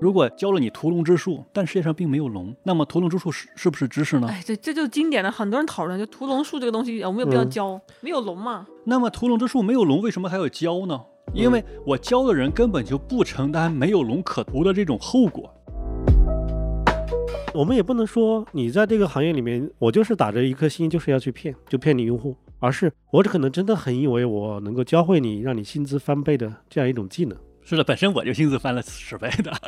如果教了你屠龙之术，但世界上并没有龙，那么屠龙之术是是不是知识呢？哎，这这就是经典的，很多人讨论，就屠龙术这个东西，呃我们有必要嗯教？没有龙嘛？那么屠龙之术没有龙，为什么还要教呢？因为我教的人根本就不承担没有龙可屠的这种后果。我们也不能说你在这个行业里面，我就是打着一颗心就是要去骗，就骗你用户，而是我可能真的很以为我能够教会你，让你薪资翻倍的这样一种技能。是的，本身我就薪资翻了十倍的。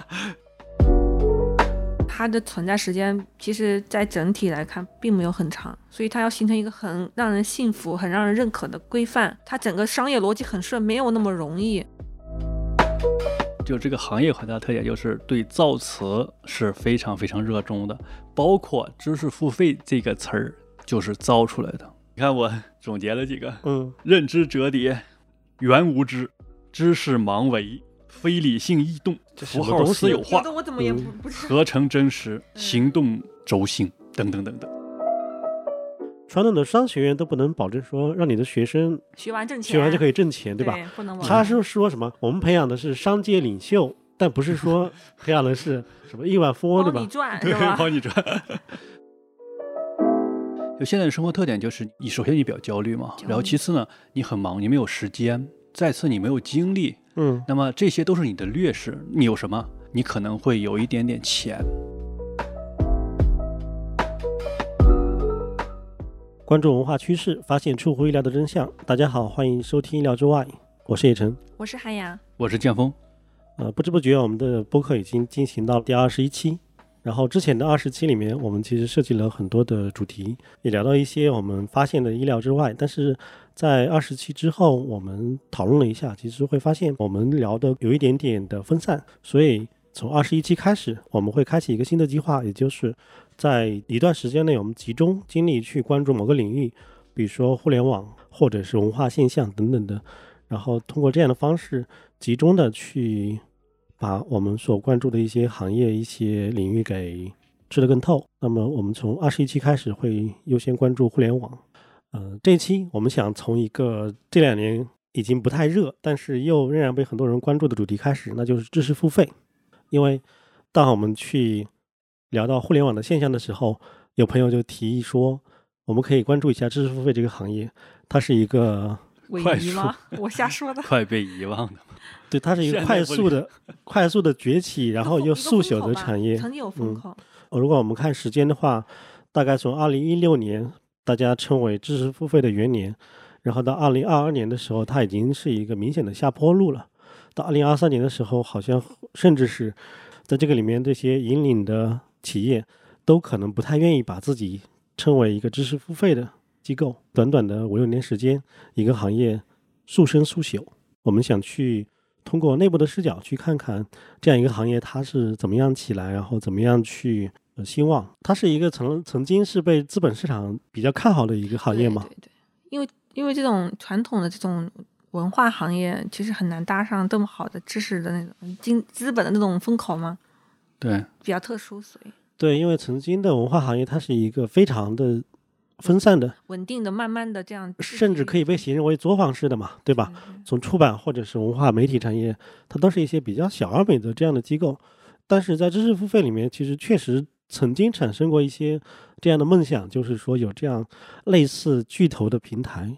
它的存在时间其实，在整体来看并没有很长，所以它要形成一个很让人信服、很让人认可的规范。它整个商业逻辑很顺，没有那么容易。就这个行业很大的特点就是对造词是非常非常热衷的，包括知识付费这个词儿就是造出来的。你看我总结了几个：嗯，认知折叠、原无知、知识盲为、非理性异动、这什符么号东西私有化有、的嗯我怎么也不嗯不是合成真实、行动轴心等等等等。传统的商学院都不能保证说让你的学生学完挣钱，学完就可以以挣钱，对吧？？不能往他是说什么？我们培养的是商界领袖，但不 是说培养的是什么亿万富翁， 对帮你吧？赚对 是，吧？ 帮你赚。就现在的生活特点就是，你首先你比较焦虑嘛，焦然后虑其次呢，你很忙，你没有时间，再次你没有精力，嗯，那么这些都是你的劣势。你有什么？你可能会有一点点钱。关注文化趋势，发现出乎意料的真相。大家好，欢迎收听《意料之外》，我是叶晨。我是韩阳，我是剑锋，呃，不知不觉我们的播客已经进行到第二十一期，然后之前的二十期里面，我们其实设计了很多的主题，也聊到一些我们发现的意料之外。但是在二十期之后，我们讨论了一下，其实会发现我们聊的有一点点的分散，所以从二十一期开始，我们会开启一个新的计划，也就是在一段时间内，我们集中精力去关注某个领域，比如说互联网或者是文化现象等等的，然后通过这样的方式。集中的去把我们所关注的一些行业、一些领域给吃得更透。那么，我们从二十一期开始会优先关注互联网。呃，这一期我们想从一个这两年已经不太热，但是又仍然被很多人关注的主题开始，那就是知识付费。因为当我们去聊到互联网的现象的时候，有朋友就提议说，我们可以关注一下知识付费这个行业，它是一个尾快鱼速吗？我瞎说的。快被遗忘 的。对，它是一个现在啊快不速理的、快速的崛起， 然后一个又风速朽口的吧产业。曾经有风嗯口，呃如果我们看时间的话，大概从二零一六年，大家称为知识付费的元年，然后到二零二二年的时候，它已经是一个明显的下坡路了。到二零二三年的时候，好像甚至是在这个里面，这些引领的企业都可能不太愿意把自己称为一个知识付费的机构。短短的五六年时间，一个行业速生速朽。我们想去通过内部的视角去看看这样一个行业它是怎么样起来，然后怎么样去呃兴旺。它是一个曾曾经是被资本市场比较看好的一个行业对嘛。对对，因为因为这种传统的这种文化行业，其实很难搭上这么好的知识的那种经资本的那种风口嘛，对，比较特殊，所以对，因为曾经的文化行业它是一个非常的分散的，稳定的、慢慢的这样，甚至可以被形容为作坊式的嘛，对吧？嗯？从出版或者是文化媒体产业，它都是一些比较小而美的这样的机构。但是在知识付费里面，其实确实曾经产生过一些这样的梦想，就是说有这样类似巨头的平台，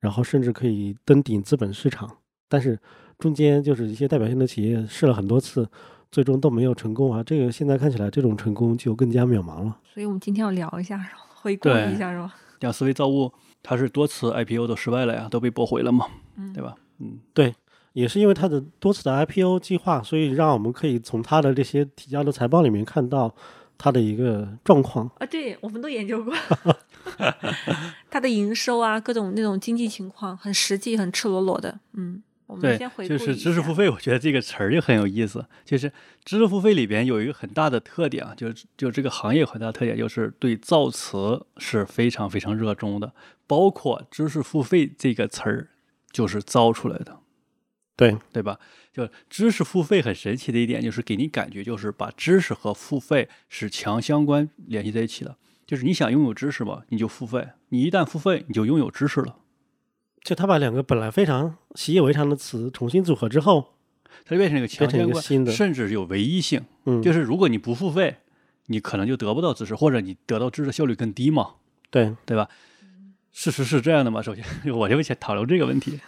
然后甚至可以登顶资本市场。但是中间就是一些代表性的企业试了很多次，最终都没有成功啊。这个现在看起来，这种成功就更加渺茫了。所以我们今天要聊一下，是吧回顾对一下，是吧？像思维造物，它是多次 IPO 都失败了呀，都被驳回了嘛，嗯对吧？嗯，也是因为它的多次的 IPO 计划，所以让我们可以从它的这些提交的财报里面看到它的一个状况。啊，对，我们都研 究过， 它的营收啊，各种那种经济情况，很实际、很赤裸裸的。嗯，我们对先回，顾就一是知识下付费，我觉得这个词儿就很有意思。就是知识付费里边有一个很大的特点啊，就是就这个行业有很大的特点就是对造词是非常非常热衷的，包括知识付费这个词儿就是造出来的。对，对吧？就知识付费很神奇的一点，就是给你感觉就是把知识和付费是强相关联系在一起的。就是你想拥有知识嘛，你就付费；你一旦付费，你就拥有知识了。就他把两个本来非常习以为常的词重新组合之后，它就变成一个强变成一相个关，新的甚至有唯一性。嗯，就是如果你不付费，你可能就得不到知识，或者你得到知识的效率更低嘛，对，对吧？嗯事实是这样的吗？首先， 我就想讨论这个问题，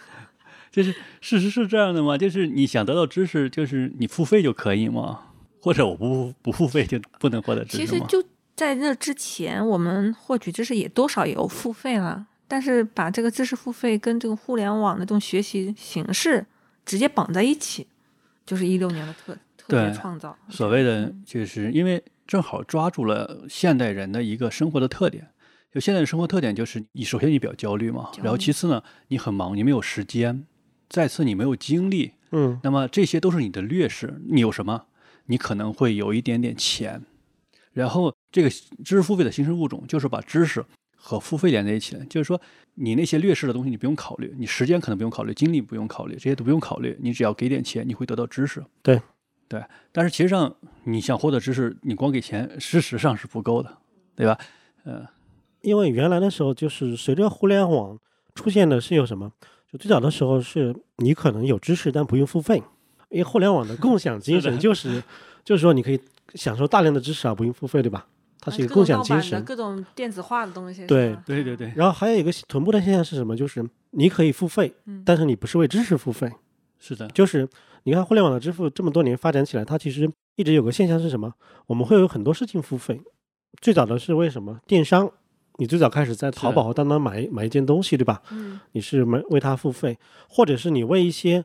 就是事实是这样的吗？就是你想得到知识，就是你付费就可以吗？或者我不不付费就不能获得知其识实吗？就在那之前，我们获取知识也多少有付费了，但是把这个知识付费跟这个互联网的这种学习形式直接绑在一起，就是一六年的特特别对创造。所谓的就是因为正好抓住了现代人的一个生活的特点。就现在的生活特点就是，你首先你比较焦虑嘛，焦然后虑其次呢，你很忙，你没有时间，再次你没有精力，嗯那么这些都是你的劣势。你有什么？你可能会有一点点钱，然后这个知识付费的形成物种就是把知识和付费连在一起了。就是说，你那些劣势的东西你不用考虑，你时间可能不用考虑，精力不用考虑，这些都不用考虑，你只要给点钱，你会得到知识。对，对。但是其实上，你想获得知识，你光给钱，事实上是不够的，对吧？呃，因为原来的时候，就是随着互联网出现的是有什么？就最早的时候是你可能有知识，但不用付费。因为互联网的共享精是神的就是，就是说你可以享受大量的知识啊，不用付费，对吧？它是一个共享精神。啊各种电子化的东西。对对对对，然后还有一个同步的现象是什么？就是你可以付费，嗯但是你不是为知识付费。是的，就是你看互联网的支付这么多年发展起来，它其实一直有个现象是什么？我们会有很多事情付费。最早的是为什么？电商，你最早开始在淘宝和当当买买一件东西，对吧？嗯，你是买为它付费，或者是你为一些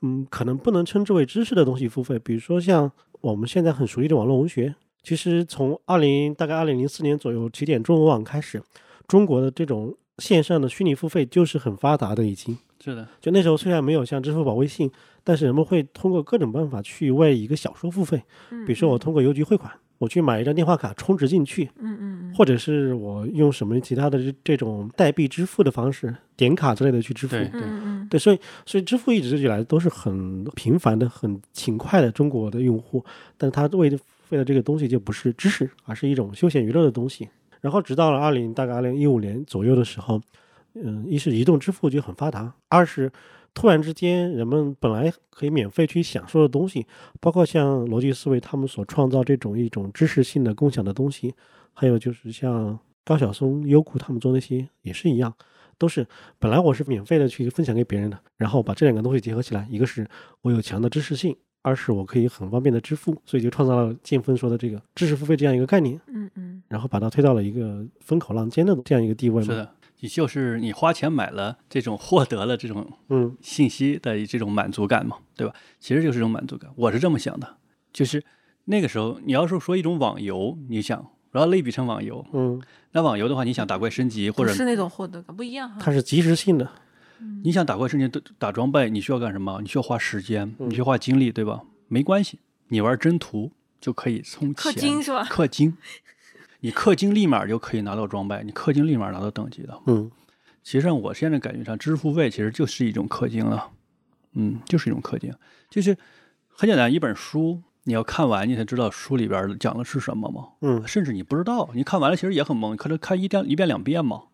嗯可能不能称之为知识的东西付费，比如说像我们现在很熟悉的网络文学。其实从二零大概二零零四年左右起点中文网开始，中国的这种线上的虚拟付费就是很发达的已经。是的，就那时候虽然没有像支付宝、微信，但是人们会通过各种办法去为一个小说付费。嗯比如说我，通过邮局汇款，我去买一张电话卡充值进去，嗯嗯嗯，或者是我用什么其他的这这种代币支付的方式，点卡之类的去支付。对嗯嗯对，所以所以支付一直以来都是很频繁的、很勤快的中国的用户，但它为为了这个东西就不是知识，而是一种休闲娱乐的东西。然后直到了二零大概二零一五年左右的时候，嗯，一是移动支付就很发达，二是突然之间人们本来可以免费去享受的东西，包括像逻辑思维他们所创造这种一种知识性的共享的东西，还有就是像高晓松、优酷他们做那些也是一样。都是本来我是免费的去分享给别人的，然后把这两个东西结合起来，一个是我有强的知识性，二是我可以很方便的支付，所以就创造了建峰说的这个知识付费这样一个概念，嗯嗯然后把它推到了一个风口浪尖的这样一个地位是嘛。的。你就是你花钱买了这种获得了这种嗯，信息的这种满足感嘛，对吧？其实就是一种满足感，我是这么想的。就是那个时候，你要是说一种网游，你想，我要类比成网游，嗯，那网游的话，你想打怪升级，不或者是那种获得感不一样哈。它是及时性的，你想打怪升级打打装备，你需要干什么？你需要花时间，你需要花精力，对吧？没关系，你玩征途就可以充氪钱金是吧？氪金，你氪金立马就可以拿到装备，你氪金立马拿到等级的。嗯，其实上，我现在感觉上，知识付费其实就是一种氪金了，嗯，就是一种氪金，就是很简单，一本书你要看完，你才知道书里边讲的是什么嘛，嗯甚至你不知道，你看完了其实也很懵，可能看一遍一遍两遍嘛，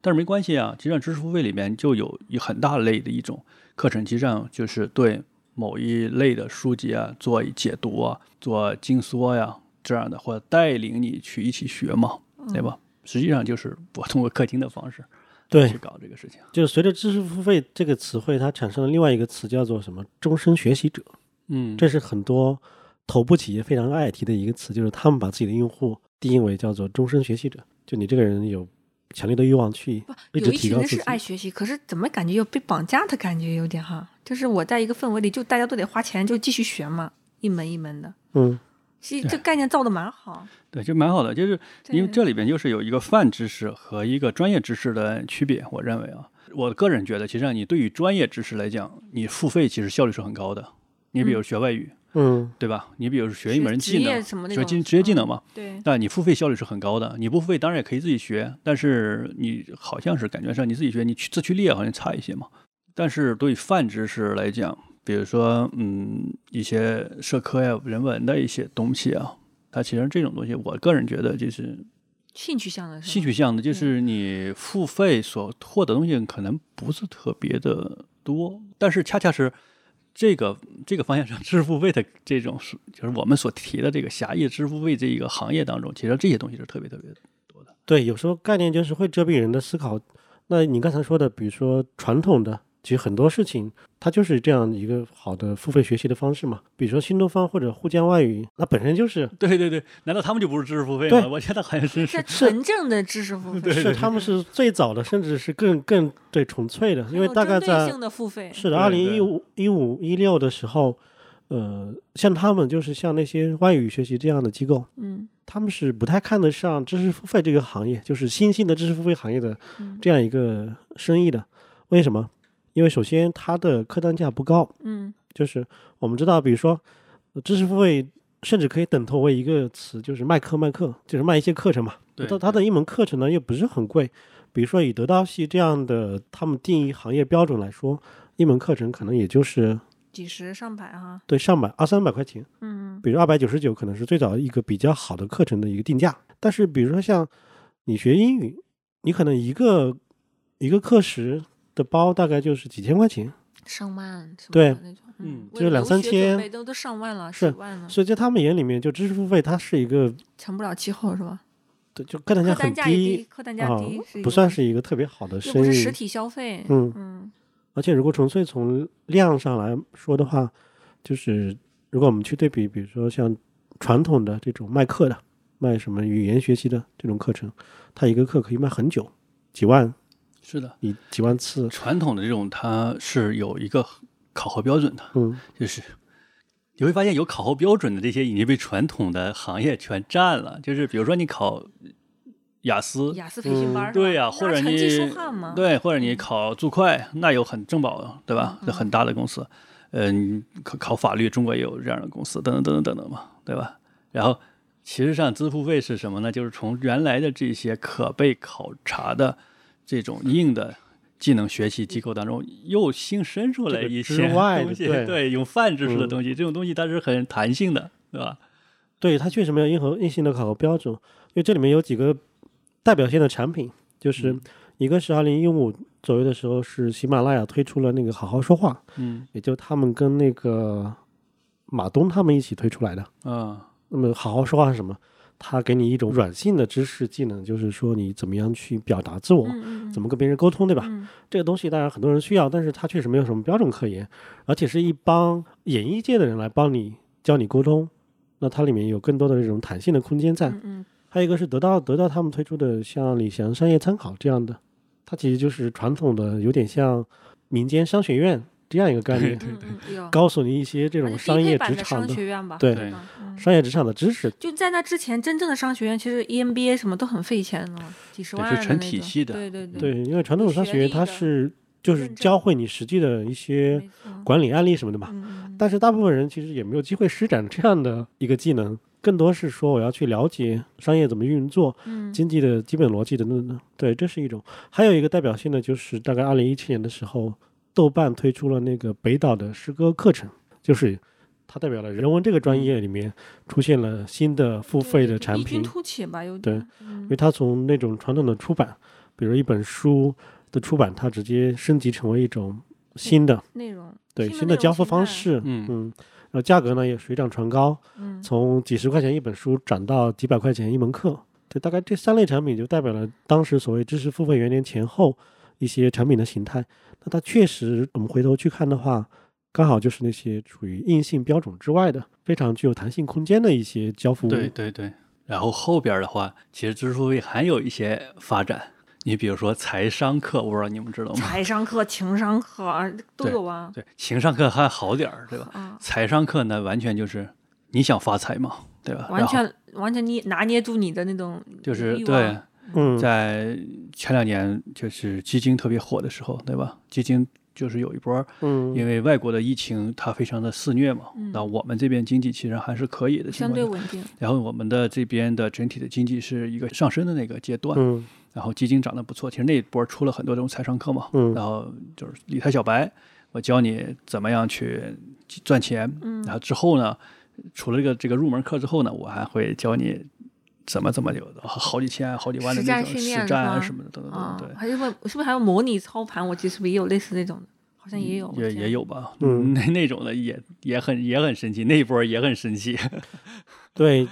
但是没关系啊，其实上知识付费里面就有一很大类的一种课程，其实上就是对某一类的书籍啊做解读啊，做精缩呀、这样的，或者带领你去一起学嘛，对吧？实际上就是我通过氪金的方式对去，搞这个事情。就是随着知识付费这个词汇，它产生了另外一个词叫做什么终身学习者，嗯，这是很多头部企业非常爱提的一个词，就是他们把自己的用户定义为叫做终身学习者，就你这个人有强烈的欲望去有一直一提群高人自是己。爱学习，可是怎么感觉又被绑架的感觉有点哈？就是我在一个氛围里，就大家都得花钱，就继续学嘛，一门一门的。嗯，其实这概念造的蛮好，对，就蛮好的，就是因为对这里边就是有一个泛知识和一个专业知识的区别，我认为啊，我个人觉得，其实上你对于专业知识来讲，你付费其实效率是很高的。你比如学外语，嗯，对吧？你比如学一门职技业能，什么那学种嗯技职业技能嘛，对，那你付费效率是很高的。你不付费当然也可以自己学，但是你好像是感觉上你自己学，你去自驱力好像差一些嘛。但是对泛知识来讲，比如说嗯一些社科呀、人文的一些东西啊，它其实这种东西，我个人觉得就是兴趣向的是吧兴趣向的，就是你付费所获得的东西可能不是特别的多，但是恰恰是这个这个方向上，支付费的这种是就是我们所提的这个狭义支付费这一个行业当中，其实这些东西是特别特别多的。对，有时候概念就是会遮蔽人的思考。那你刚才说的，比如说传统的，其实很多事情它就是这样一个好的付费学习的方式嘛。比如说新东方或者沪江外语，那本身就是对对对，难道他们就不是知识付费对吗？我觉得好像真这是纯正的知识付费，是他们是最早的，甚至是更更对纯粹的，因为有大概针对在性的付费，是的，对二零对一五、一五、一六的时候，呃，像他们就是像那些外语学习这样的机构，嗯他们是不太看得上知识付费这个行业，就是新兴的知识付费行业的嗯这样一个生意的。为什么？因为首先它的客单价不高，嗯就是我们知道，比如说呃知识付费，甚至可以等同为一个词，就是卖课卖课，就是卖一些课程嘛。对它它的一门课程呢又不是很贵，比如说以得到系这样的他们定义行业标准来说，一门课程可能也就是几十上百哈，对上百二三百块钱，嗯比如二百九十九可能是最早一个比较好的课程的一个定价。但是比如说像你学英语，你可能一个一个课时的包大概就是几千块钱，上万什么对的那种，嗯为就是了两三留学准千备都都上万了，是十万了，所以在他们眼里面，就知识付费它是一个成不了气候是吧？对，就客单价客很单价也低，客单价啊低是一个不算问是一个特别好的题，又生不是意实。体消费，嗯，嗯而且如果纯粹从量上来说的话，就是如果我们去对比，比如说像传统的这种卖课的，卖什么语言学习的这种课程，它一个课可以卖很久，几万， 是的，以几万次。传统的这种它是有一个考核标准的，嗯，就是你会发现有考核标准的这些已经被传统的行业全占了。就是比如说你考雅思，雅思培训班儿是吧啊对呀、或拿者成你绩说话嘛，对，或者你考注会，那有很正保，对吧？嗯这很大的公司，嗯、考考法律，中国也有这样的公司，等等等等等等嘛，对吧？然后其实上自付费是什么呢？就是从原来的这些可被考察的这种嗯硬的。技能学习机构当中又新伸出来这个一之些外的东西，对对，有泛知识的嗯东西，这种东西它是很弹性的，对吧？对，它确实没有硬核硬性的考核标准，因为这里面有几个代表性的产品，就是嗯一个是二零一五左右的时候，是喜马拉雅推出了那个好好说话，嗯也就他们跟那个马东他们一起推出来的。啊，那么好好说话是什么？他给你一种软性的知识技能，就是说你怎么样去表达自我，嗯嗯，怎么么跟别人沟通，对吧？嗯这个东西当然很多人需要，但是它确实没有什么标准可言，而且是一帮演艺界的人来帮你教你沟通。那它里面有更多的这种弹性的空间在。嗯嗯还有一个是得到得到他们推出的像李翔商业参考这样的，它其实就是传统的有点像民间商学院这样一个 概念。嗯嗯嗯，有告诉你一些这而种且商低配业版职的场商的学院吧，对是吧嗯商业职场的知识，就在那之前，真正的商学院其实 EMBA 什么都很费钱呢，几十对万是的成那体种系的对对对，对，因为传统商学院它是就是认证教会你实际的一些没错管理案例什么的嘛，嗯，但是大部分人其实也没有机会施展这样的一个技能，更多是说我要去了解商业怎么运作、嗯嗯经济的基本逻辑等等等。对，这是一种。还有一个代表性的就是大概二零一七年的时候，豆瓣推出了那个北岛的诗歌课程，就是。它代表了人文这个专嗯业里面出现了新的付费的产异军品，突起吧，有对点嗯因为它从那种传统的出版，比如一本书的出版，它直接升级成为一种新的，内容对新的内新的容交付形方态式，嗯嗯，然后价格呢也水涨船高，嗯从几十块钱一本书涨到几百块钱一门课，对，大概这三类产品就代表了当时所谓知识付费元年前后一些产品的形态。那它确实，我们回头去看的话，刚好就是那些处于硬性标准之外的，非常具有弹性空间的一些交付对对对，然后后边儿的话，其实知识付费还有一些发展。你比如说财商课，我不知道你们知道吗？财商课、情商课啊都对有啊，对，情商课还好点儿，对吧？啊，财商课呢，完全就是你想发财嘛，对吧？完然后全完全你拿捏住你的那种就是欲望对，嗯，在前两年就是基金特别火的时候，对吧？基金就是有一波儿，嗯，因为外国的疫情它非常的肆虐嘛，嗯那我们这边经济其实还是可以的情相况对下，稳 定，然后我们的这边的整体的经济是一个上升的那个阶段，嗯然后基金涨得不错，其实那一波出了很多这种财商课嘛，嗯然后就是理财小白，我教你怎么样去赚钱，嗯然后之后呢，除了这个这个入门课之后呢，我还会教你怎么怎么有好几千、好几万的实那战种训实练战是啊吧什么的，等等等啊等，对，还有问是不是还有模拟操盘？我记得是不是也有类似那种的？好像也有也这也样有吧，嗯那那种的也也很也很神奇，那一波也很神奇，嗯对，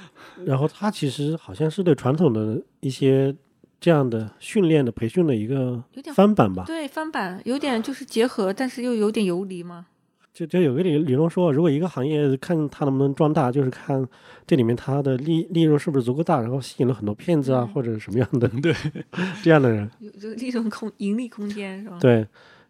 然后他其实好像是对传统的一些这样的训练的培训的一个有点翻版吧。对翻版，有点就是结合，但是又有点游离嘛。就就有个理理论说，如果一个行业看它能不能壮大，就是看这里面它的利利润是不是足够大，然后吸引了很多骗子嗯啊、或者什么样的对这样的人。有这个利润空盈利空间是吧？对，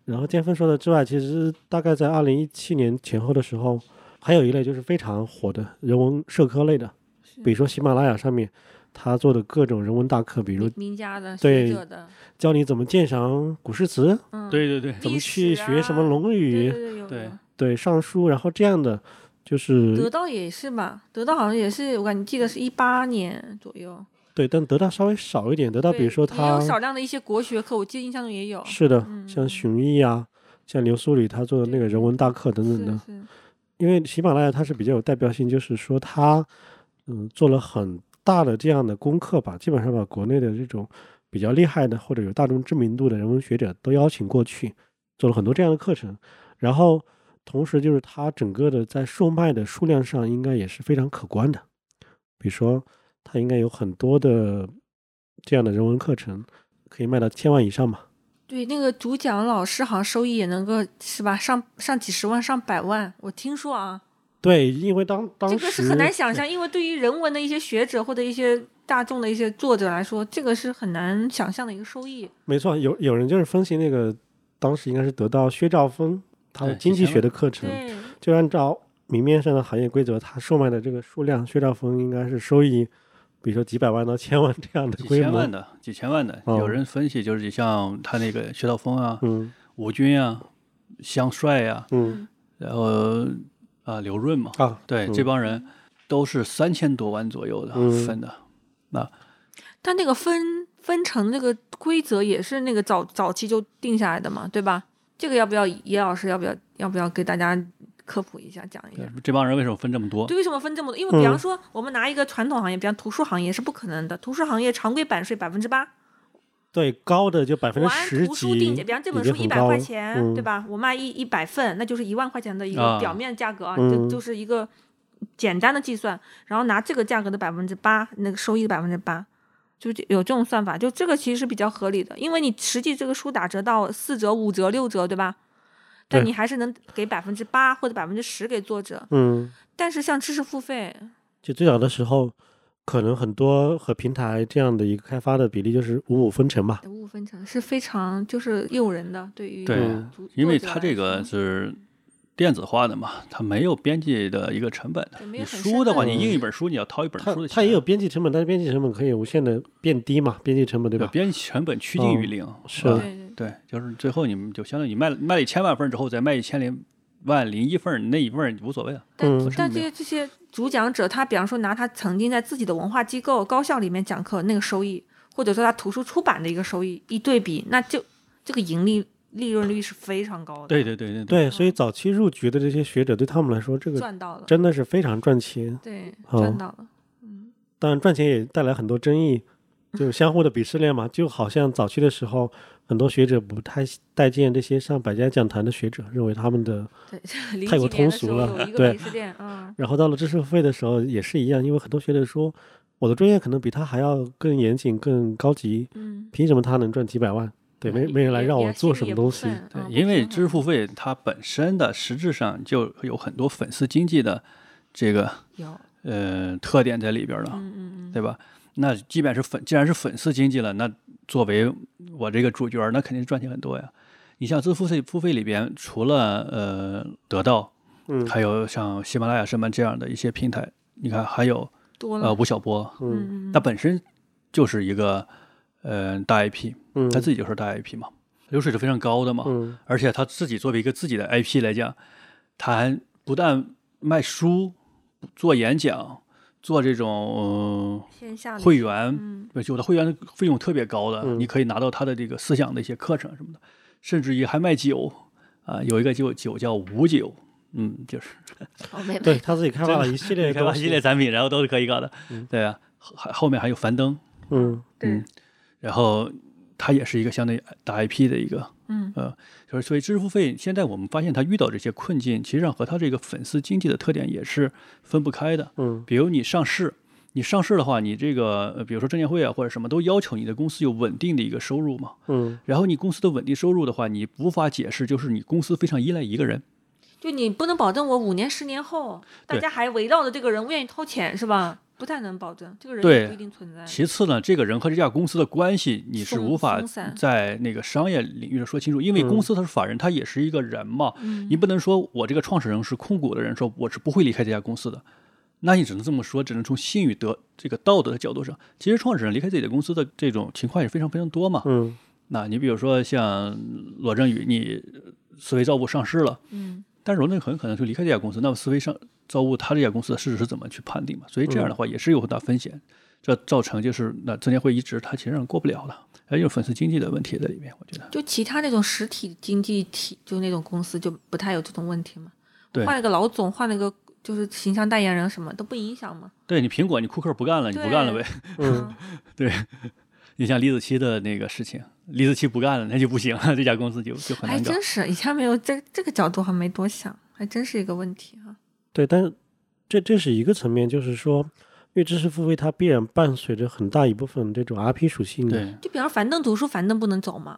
然后建峰说的之外，其实大概在二零一七年前后的时候，还有一类就是非常火的人文社科类的，是比如说喜马拉雅上面他做的各种人文大课，比如民名家的对学者的，教你怎么鉴赏古诗词，嗯，对对对，怎么历去史学什么《啊论语》对对对有对有对《尚书》，然后这样的就是得到也是吧？得到好像也是，我感觉记得是一八年左右。对，但得到稍微少一点，得到那比如说也他有少量的一些国学课，我记得印象中也有。是的，像嗯荀彧啊，像刘苏里他做的那个人文大课等等的是，是因为喜马拉雅它是比较有代表性，就是说它嗯做了很大的这样的功课吧，基本上把国内的这种比较厉害的或者有大众知名度的人文学者都邀请过去，做了很多这样的课程，然后同时就是它整个的在售卖的数量上应该也是非常可观的，比如说它应该有很多的这样的人文课程可以卖到千万以上吧。对，那个主讲老师好像收益也能够是吧？上上几十万、上百万，我听说啊，对，因为当当这时个是很难想象，因为对于人文的一些学者或者一些大众的一些作者来说，这个是很难想象的一个收益。没错，有有人就是分析那个，当时应该是得到薛兆丰他的对经济以前学的课程，对，就按照明面上的行业规则，他售卖的这个数量，薛兆丰应该是收益，比如说几百万到千万这样的几规千模万。的几千万的，哦有人分析就是像他那个薛兆丰啊、嗯吴军啊、香帅啊，嗯然后啊刘润嘛，啊，对、嗯这帮人都是三千多万左右的、嗯分的，但那个分分成那个规则也是那个早早期就定下来的嘛，对吧？这个要不要叶老师要不要要不要给大家科普一下讲一下对？这帮人为什么分这么多？对，为什么分这么多？因为比嗯方说，我们拿一个传统行业，比方图书行业是不可能的，图书行业常规版税百分之八，对，高的就百分我之按十图书几，定价，比方这本已经书很一百高块了钱，嗯、对吧？我卖一一百份，那就是一万块钱的一个啊表面价格啊，嗯就就是一个简单的计算，然后拿这个价格的百分之八，那个收益的百分之八，就这有这种算法，就这个其实是比较合理的，因为你实际这个书打折到四折、五折、六折，对吧？但对你还是能给百分之八或者百分之十给作者，嗯，但是像知识付费，就最早的时候，可能很多和平台这样的一个开发的比例就是五五分成嘛。五五分成是非常就是诱人的，对于对读作因为者它来这个说是电子化的嘛，它没有编辑的一个成本的。对没有你很书深的话，的你印一本书，你要掏一本它书的钱。它也有编辑成本，但是编辑成本可以无限的变低嘛，编辑成本对对吧？编辑成本趋近于嗯零。是啊的对对对，就是最后你们就相当于你卖了卖了一千万份儿之后，再卖一千零万零一份儿，那一份儿无所谓了。但、嗯但是没这些这些主讲者，他比方说拿他曾经在自己的文化机构、高校里面讲课那个收益，或者说他图书出版的一个收益一对比，那就这个盈利利润率是非常高的，对对对对对，对，所以早期入局的这些学者，对他们来说，这个赚嗯到了，真的是非常赚钱。对，哦赚到了，嗯，当然，赚钱也带来很多争议，就是相互的鄙视链嘛。就好像早期的时候，很多学者不太待见这些上百家讲坛的学者，认为他们的。对，零太几年过通的俗时候了 有一个对鄙视链，嗯，然后到了知识付费的时候也是一样，因为很多学者说，我的专业可能比他还要更严谨、更高级，嗯，凭什么他能赚几百万？对，没没人来也让也我心做里什么也东不西。忿对嗯、因不为平知识衡付费它本身的实质上就有很多粉丝经济的这个有，呃特点在里边儿了，嗯嗯嗯，对吧？那即便是粉，既然是粉丝经济了，那作为我这个主角儿，那肯定赚钱很多呀。你像知识付费付费里边，除了呃得到，嗯还有像喜马拉雅什么这样的一些平台，你看还有多了，呃吴晓波，嗯嗯嗯他本身就是一个呃大 IP，嗯他自己就是大 IP 嘛，流水是非常高的嘛，嗯而且他自己作为一个自己的 IP 来讲，他还不但卖书、做演讲、做这种、呃嗯线下的会是，员，嗯，对有的会员的费用特别高的，嗯你可以拿到他的这个思想的一些课程什么的，甚至于还卖酒啊、有一个酒酒叫五酒。嗯，就是哦没对他自己开发了一系列开发东系列西产品，然后都是可以搞的，对啊，后后面还有樊登，嗯对然后它也是一个相对大 IP 的一个嗯呃，就是所以知识付费，现在我们发现它遇到这些困境，其实上和它这个粉丝经济的特点也是分不开的。嗯比如你上市，你上市的话，你这个呃比如说证监会啊或者什么都要求你的公司有稳定的一个收入嘛。嗯然后你公司的稳定收入的话，你无法解释，就是你公司非常依赖一个人。就你不能保证我五年、十年后大对家还围绕着这个人愿意掏钱是吧？不太能保证，这个人对也不一定存在。其次呢，这个人和这家公司的关系你是松无法松散在那个商业领域上说清楚，因为公司它是法人，它也是一个人嘛，嗯你不能说我这个创始人是控股的人，说我是不会离开这家公司的。那你只能这么说，只能从信誉德这个道德的角度上，其实创始人离开自己的公司的这种情况也非常非常多嘛。嗯那你比如说像罗振宇，你思维造物上市了，嗯但是罗振宇很可能就离开这家公司，那么思维上造物他这家公司的市值是怎么去判定嘛？所以这样的话也是有很大风险，这造成就是那证监会一直它其实上过不了的，还有粉丝经济的问题在里面，我觉得。就其他那种实体经济体，就那种公司就不太有这种问题嘛。对换了个老总，换了个就是形象代言人，什么都不影响嘛。对你苹果，你库克不干了，你不干了呗？ 嗯，你像李子柒的那个事情，李子柒不干了，那就不行了，这家公司就就很还难搞。哎真是以前没有这这个角度还没多想，还真是一个问题啊哈、对，但是这这是一个层面，就是说，因为知识付费它必然伴随着很大一部分这种 RP 属性的。对，就比方说樊登读书，樊登不能走嘛，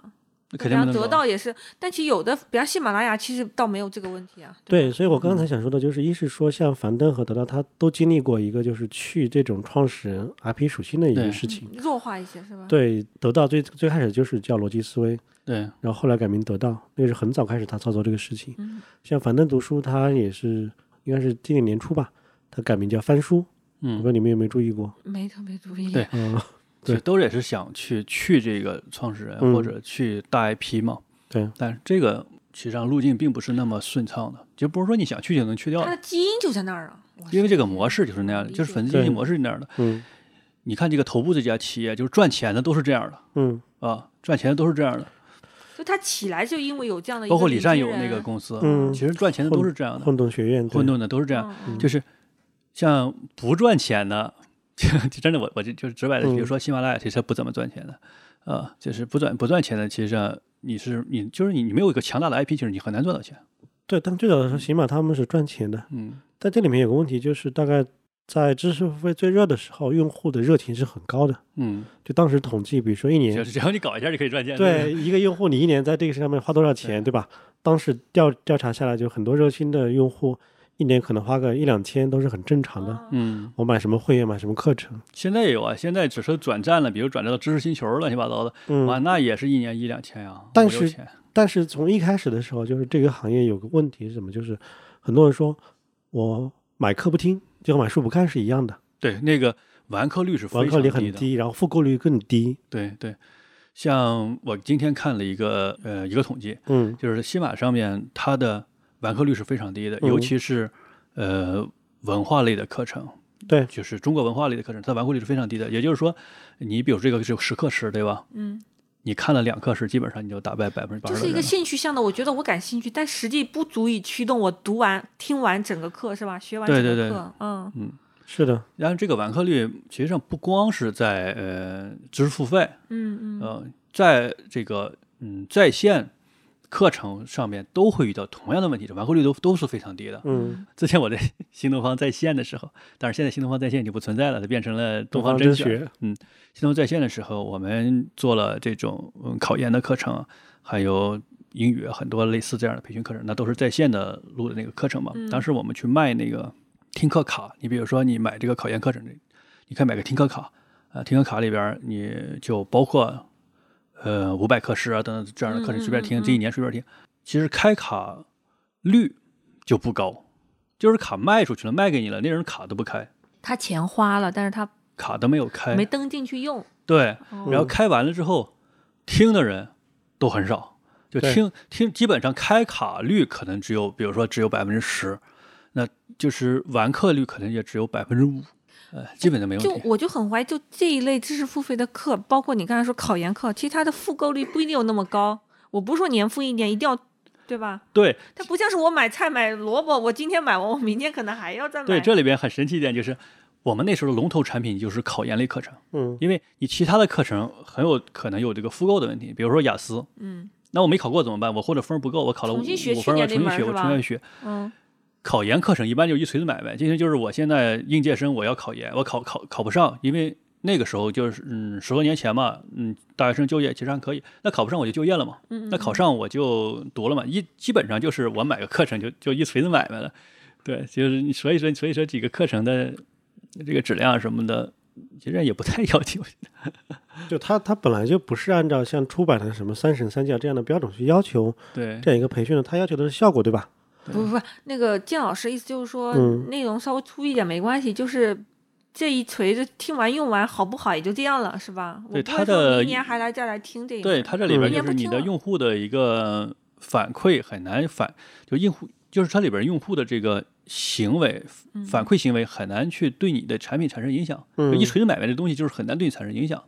那就肯定比不方能啊得搞到也是，但其实有的，比方喜马拉雅，其实倒没有这个问题啊。对，吧所以我刚才想说的就是，一是说像樊登和得到，他都经历过一个就是去这种创始人 RP 属性的一对个事情。弱化一些是吧？对，得到最最开始就是叫逻辑思维，对然后后来改名得到，那个是很早开始他操作这个事情。嗯像樊登读书，他也是应该是今年年初吧，他改名叫翻书，我不知道嗯，你们有没有注意过？没特别注意。对嗯，对，对都也是想去去这个创始人嗯或者去大 IP 嘛，对，但是这个其实上路径并不是那么顺畅的，就不是说你想去就能去掉它的的，基因就在那儿啊。哇因为这个塞模式就是那样的，理就是解粉丝经济对模式是那样的。嗯你看这个头部这家企业，就是赚钱的都是这样的嗯啊，赚钱的都是这样的，就它起来就因为有这样的一个包括李领善军友那个人公司，嗯其实赚钱的都是这样的，混沌学院，对混沌的都是这样，嗯就是像不赚钱的，就真的我我就就是直白的，比如嗯说喜马拉雅其实它不怎么赚钱的，啊，就是不赚不赚钱的，其实上你是你就是你你没有一个强大的 IP，其实你很难赚到钱，对，但最早的时候，起码他们是赚钱的。嗯，但这里面有个问题，就是大概在知识付费最热的时候，用户的热情是很高的。嗯，就当时统计，比如说一就年，是只要你搞一下就可以赚钱，对一个用户，你一年在这个上面花多少钱，对吧？当时调调查下来，就很多热心的用户，一年可能花个一两千都是很正常的。哦嗯，我买什么会员，买什么课程，现在也有啊，现在只是转战了，比如转战到知识星球了，乱七八糟的，哇，嗯，那也是一年一两千呀，但五六是千但是从一开始的时候，就是这个行业有个问题是什么？就是很多人说我买课不听，就和买书不看是一样的，对那个完课率是非完课常率低很的，低，然后复购率更低。对对，像我今天看了一个呃一个统计，嗯就是西马上面它的完课率是非常低的，嗯尤其是呃文化类的课程，对就是中国文化类的课程，它完课率是非常低的。也就是说，你比如这个是十课时，对吧？嗯，你看了两课时，基本上你就打败百分之八就十是的人一个了。兴趣向的，我觉得我感兴趣，但实际不足以驱动我读完、听完整个课，是吧？学完对整对个课，对嗯，是的，然后这个完课率其实上不光是在呃知识付费，嗯嗯，呃，在这个嗯在线课程上面都会遇到同样的问题，这完课率都都是非常低的。 嗯，之前我在新东方在线的时候，但是现在新东方在线已经不存在了，它变成了东方真选。学，新东方在线的时候，我们做了这种嗯考研的课程，还有英语很多类似这样的培训课程，那都是在线的录的那个课程嘛。嗯当时我们去卖那个听课卡，你比如说你买这个考研课程，你可以买个听课卡，呃，听课卡里边儿你就包括呃五百课时啊等等这样的课程嗯随便听，嗯嗯这一年随便听。其实开卡率就不高，就是卡卖出去了，卖给你了，那人卡都不开，他钱花了，但是他卡都没有开，没登进去用，对。哦然后开完了之后，听的人都很少，就对听听基本上开卡率可能只有，比如说只有百分之十，那就是完课率可能也只有百分之五，呃，基本就没问就题。我就很怀疑，就这一类知识付费的课，包括你刚才说考研课，其实它的复购率不一定有那么高。我不是说年复一年一定要，对吧？对它不像是我买菜买萝卜，我今天买完，我明天可能还要再买。对，这里边很神奇一点就是，我们那时候的龙头产品就是考研类课程，嗯因为你其他的课程很有可能有这个复购的问题，比如说雅思，嗯，那我没考过怎么办？我或者分儿不够，我考了五重新学五去分儿，我年那门重新儿学，是我重吧新学。嗯，考研课程一般就一锤子买卖，今天就是我现在应届生，我要考研，我考考考不上，因为那个时候就是嗯十多年前嘛，嗯大学生就业其实还可以，那考不上我就就业了嘛，那考上我就读了嘛，一基本上就是我买个课程就就一锤子买卖了，对，就是你所以说所以说几个课程的这个质量什么的，其实也不太要求， 就它它本来就不是按照像出版的什么三审三教这样的标准去要求对这样一个培训的，它要求的是效果，对吧？不不不，那个建老师意思就是说，嗯内容稍微粗一点没关系，就是这一锤子听完用完好不好也就这样了，是吧？我对不他会说的明年还来再来听这个，对，它这里边嗯就是你的用户的一个反馈很难反，就用户就是它里边用户的这个行为反馈行为很难去对你的产品产生影响。就嗯一，锤子买卖这东西就是很难对你产生影响，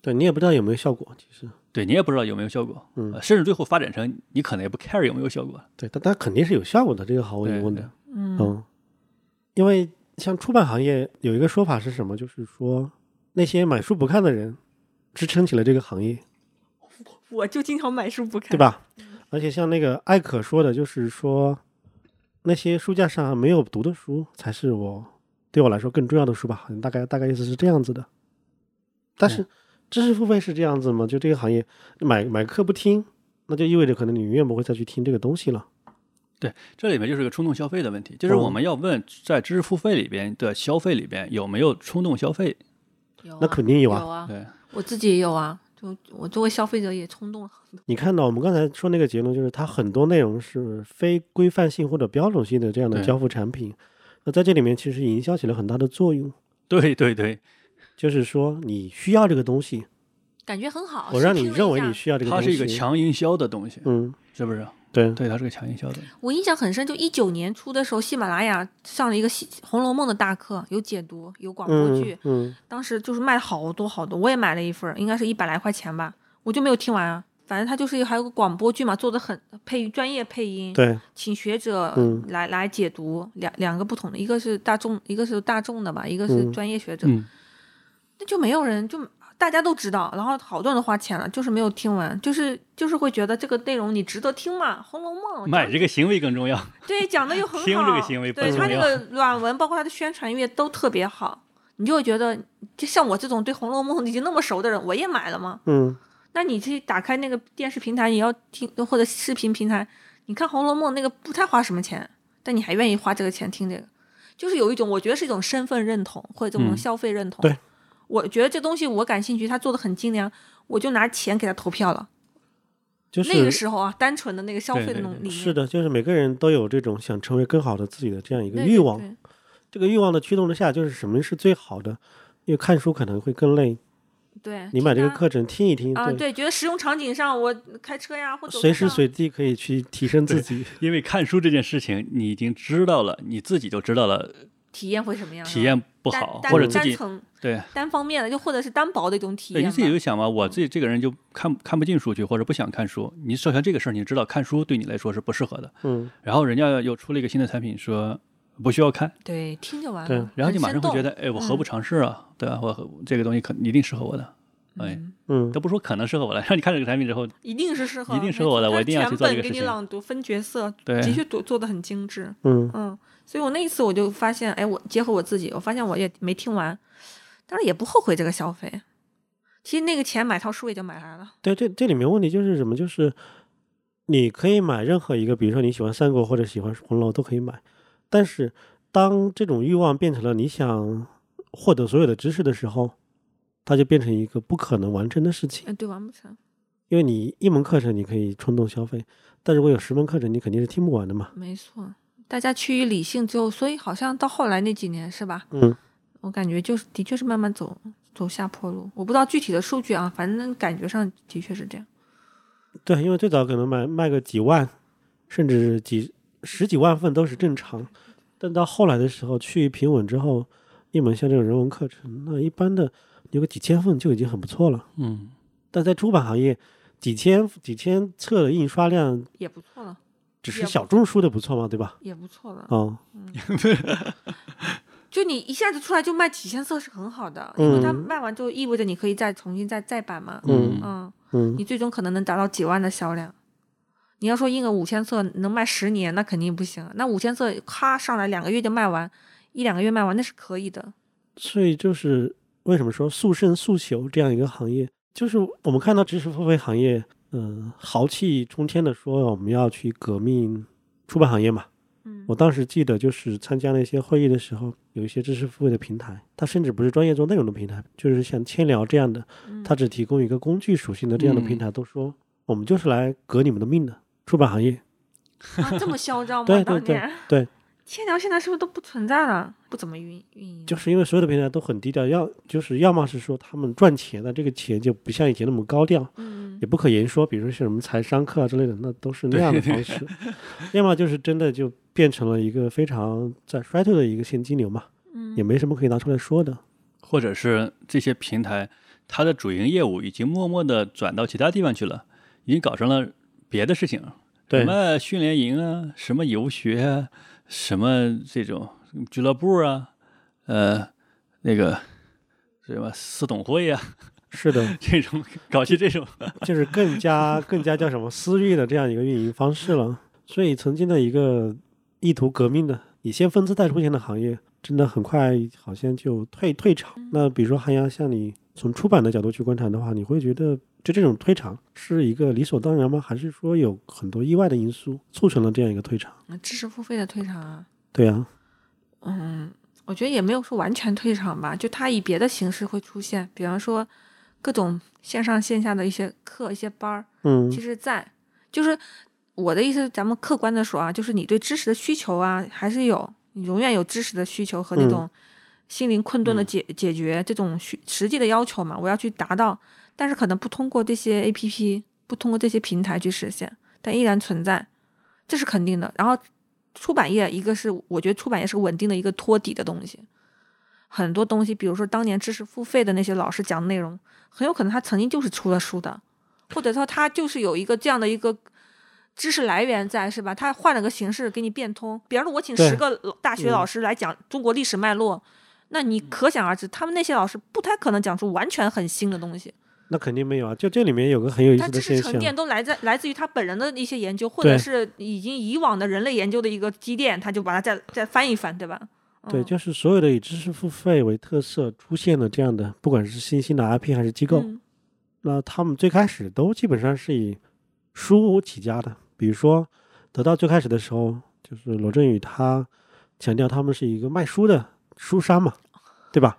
对你也不知道有没有效果，其实对你也不知道有没有效果，嗯呃甚至最后发展成你可能也不 care 有没有效果。对，但它肯定是哦有效果的，这个毫无疑对问对的。嗯嗯，因为像出版行业有一个说法是什么？就是说那些买书不看的人支撑起了这个行业，我就经常买书不看，对？吧？嗯而且像那个艾可说的，就是说那些书架上没有读的书才是我对我来说更重要的书吧，好像大概大概意思是这样子的。但是知识付费是这样子吗？就这个行业买买课不听，那就意味着可能你永远不会再去听这个东西了。这里面就是个冲动消费的问题，就是嗯我们要问在知识付费里边的消费里边有没有冲动消费？有那啊肯定有啊，有啊，对，我自己也有啊，就我作为消费者也冲动了。你看到我们刚才说那个结论，就是它很多内容是非规范性或者标准性的这样的对交付产品。那在这里面，其实营销起了很大的作用，对对对，就是说你需要这个东西，感觉很哦好。我让试你听了一认为下你需要这个它东是西。一个强营销的东西，嗯，是不是？对，对，它是个强营销的。我印象很深，就一九年初的时候，喜马拉雅上了一个西《红楼梦》的大课，有解读，有广播剧，嗯嗯，当时就是卖好多好多，我也买了一份儿，应该是一百来块钱吧，我就没有听完啊。反正它就是还有个广播剧嘛，做的很配专业配音，对，请学者嗯来、来解读两两个不同的，一个是大众，一个是大众的吧，一个是嗯专业学者，嗯，那就没有人就大家都知道，然后好多人都花钱了，就是没有听完，就是就是会觉得这个内容你值得听吗？《红楼梦》买这个行为更重要。 对，讲的又很好。听这个行为不对重他那要个软文，包括他的宣传页都特别好，你就会觉得，就像我这种对《红楼梦》已经那么熟的人，我也买了吗？嗯，那你去打开那个电视平台，你要听或者视频平台，你看《红楼梦》那个不太花什么钱，但你还愿意花这个钱听这个，就是有一种我觉得是一种身份认同或者这种嗯消费认同。对，我觉得这东西我感兴趣，他做的很精良，我就拿钱给他投票了。就是那个时候啊，单纯的那个消对费的对那种对理念，是的，就是每个人都有这种想成为更好的自己的这样一对个对欲望。对这个欲望的驱动之下，就是什么是最好的？因为看书可能会更累，对，你买这听个他课程听一听，啊，对，对，觉得使用场景上，我开车呀或者随时随地可以去提升自己。 因为看书这件事情，你已经知道了，你自己就知道了体验会什么样？体验不不好，单或者自单己层对单方面的，就或者是单薄的一种体对，验嗯你吧。自己就想嘛，我自己这个人就看看不进书去，或者不想看书。你首先这个事儿，你知道看书对你来说是不适合的。嗯，然后人家又出了一个新的产品，说不需要看，对听就完对了，然后很你马上会生动嗯觉得，哎，我何不尝试啊？对吧？我和这个东西可一定适合我的。哎，嗯嗯都，不说可能适合我了， 让你看这个产品之后，一定是适合，一定适没合我错的它我一定要全去做这本个给事你情朗读分角色，对的确做做的很精致。嗯，嗯，所以我那一次我就发现，哎，我结合我自己，我发现我也没听完，但是也不后悔这个消费。其实那个钱买套书也就买来了。对，这这里面问题就是什么？就是你可以买任何一个，比如说你喜欢三国或者喜欢红楼都可以买，但是当这种欲望变成了你想获得所有的知识的时候，它就变成一个不可能完成的事情。嗯，对，完不成，因为你一门课程你可以冲动消费，但如果有十门课程，你肯定是听不完的嘛。没错。大家趋于理性之后，所以好像到后来那几年是吧？嗯，我感觉就是的确是慢慢走走下坡路，我不知道具体的数据啊，反正感觉上的确是这样。对，因为最早可能买卖个几万，甚至几十几万份都是正常，但到后来的时候，趋于平稳之后，一门像这种人文课程，那一般的有个几千份就已经很不错了。嗯，但在出版行业，几千几千册的印刷量也不错了，只也是不小众书的不错嘛，对吧？也不错了。啊、就你一下子出来就卖几千册是很好的，因为它嗯卖完就意味着你可以再重新再再版嘛。嗯嗯，嗯，你最终可能能达到几万的销量。你要说印个五千册能卖十年，那肯定不行啊。那五千册咔上来两个月就卖完，一两个月卖完那是可以的。所以就是为什么说速胜速朽这样一个行业，就是我们看到知识付费行业，嗯、豪气冲天的说我们要去革命出版行业嘛。嗯我当时记得就是参加了一些会议的时候，有一些知识付费的平台，它甚至不是专业做内容的平台，就是像千聊这样的，嗯它只提供一个工具属性的这样的平台，都说我们就是来革你们的命的出版行业。啊，这么嚣 张吗？对对当对年对，千聊现在是不是都不存在了？不怎么运运营了，嗯就是因为所有的平台都很低调，要就是要么是说他们赚钱的这个钱就不像以前那么高调，嗯也不可言说，比如说像什么财商课啊之类的，那都是那样的方式；要么就是真的就变成了一个非常在衰退的一个现金流嘛，嗯也没什么可以拿出来说的。或者是这些平台，它的主营业务已经默默地转到其他地方去了，已经搞成了别的事情，什，对嗯么训练营啊，什么游学啊，什么这种俱乐部啊，呃，那个什么四董会啊， 是的，这种搞些这种， 就是更加更加叫什么私域的这样一个运营方式了。所以曾经的一个意图革命的以先锋姿态出现的行业，真的很快好像就退退场。嗯那比如说韩阳，像你从出版的角度去观察的话，你会觉得就这种退场是一个理所当然吗？还是说有很多意外的因素促成了这样一个退场？那知识付费的退场啊，对啊，嗯，我觉得也没有说完全退场吧，就它以别的形式会出现，比方说各种线上线下的一些课、一些班儿，嗯其实在，就是我的意思，咱们客观的说啊，就是你对知识的需求啊，还是有，你永远有知识的需求和那嗯种心灵困顿的解、解决这种需实际的要求嘛，我要去达到，但是可能不通过这些 A P P，不通过这些平台去实现，但依然存在，这是肯定的。然后出版业，一个是我觉得出版业是个稳定的一个托底的东西。很多东西，比如说当年知识付费的那些老师讲的内容，很有可能他曾经就是出了书的，或者说他就是有一个这样的一个知识来源在，是吧？他换了个形式给你变通。比方说，我请对十个老大学嗯老师来讲中国历史脉络，那你可想而知，他们那些老师不太可能讲出完全很新的东西，那肯定没有啊。就这里面有个很有意他思的知现识沉象，淀都来自来自于他本人的一些研究，或者对是已经以往的人类研究的一个积淀，他就把它再再翻一翻，对吧？对，嗯就是所有的以知识付费为特色出现的这样的，不管是新兴的 IP 还是机构，嗯那他们最开始都基本上是以书起家的。比如说，得到最开始的时候，就是罗振宇他强调他们是一个卖书的书商嘛，对吧？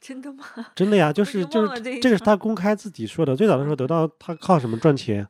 真的吗？真的呀，就就是就忘了是这一这个是层他公开自己说的。最早的时候，得到他靠什么赚钱？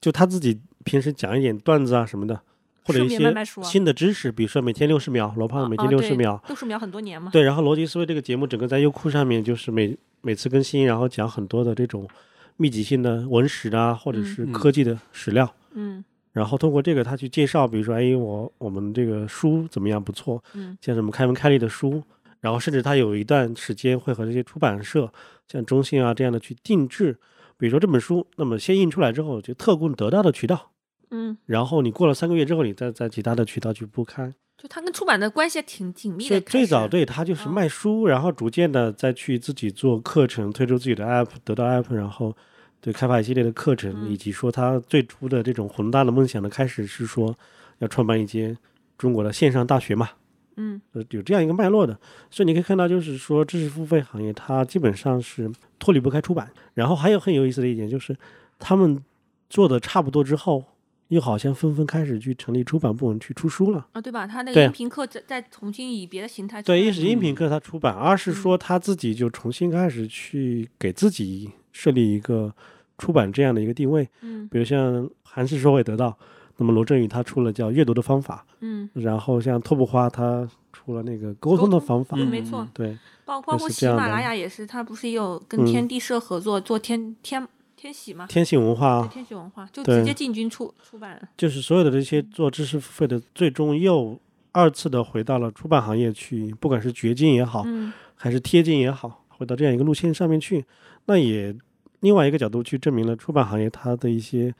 就他自己平时讲一点段子啊什么的，或者顺一便些卖卖书啊哦新的知识，比如说每天六十秒，罗胖每天六十秒，六十秒很多年嘛。对，然后逻辑思维这个节目整个在优酷上面就是每每次更新，然后讲很多的这种密集性的文史啊，或者嗯是嗯科技的史料。嗯然后通过这个，他去介绍，比如说，哎，我我们这个书怎么样不错，嗯像什么开门开利的书，然后甚至他有一段时间会和这些出版社，像中信啊这样的去定制，比如说这本书，那么先印出来之后就特供得到的渠道，嗯，然后你过了三个月之后，你再在其他的渠道去铺开。就他跟出版的关系还挺紧密所的。以最早对。对他就是嗯卖书，然后逐渐的再去自己做课程，推出自己的 app，得到 app，然后对开发一系列的课程，嗯以及说他最初的这种宏大的梦想的开始是说要创办一间中国的线上大学嘛，嗯呃，有这样一个脉络的。所以你可以看到，就是说知识付费行业它基本上是脱离不开出版。然后还有很有意思的一点就是，他们做的差不多之后，又好像纷纷开始去成立出版部门去出书了。啊，对吧？他那个对音频课再再重新以别的形态出对，来一是音频课他出版，二是嗯说他自己就重新开始去给自己设立一个出版这样的一个定位。嗯比如像韩式社会得到，那么罗振宇他出了叫阅读的方法，嗯，然后像拓布花他出了那个沟沟通的通方法。对，没嗯错嗯，对，包包括是喜这样马的拉雅也是，它不是也有跟嗯天地社合作做天天天喜嘛？天性文对化天喜文化就对直接进军出出版了。就是所有的这些做知识付费的，最终又二次的回到了出版行业去，不管是掘金也好，嗯还是贴近也好，回到这样一个路线上面去，那也另外一个角度去证明了出版行业它的一些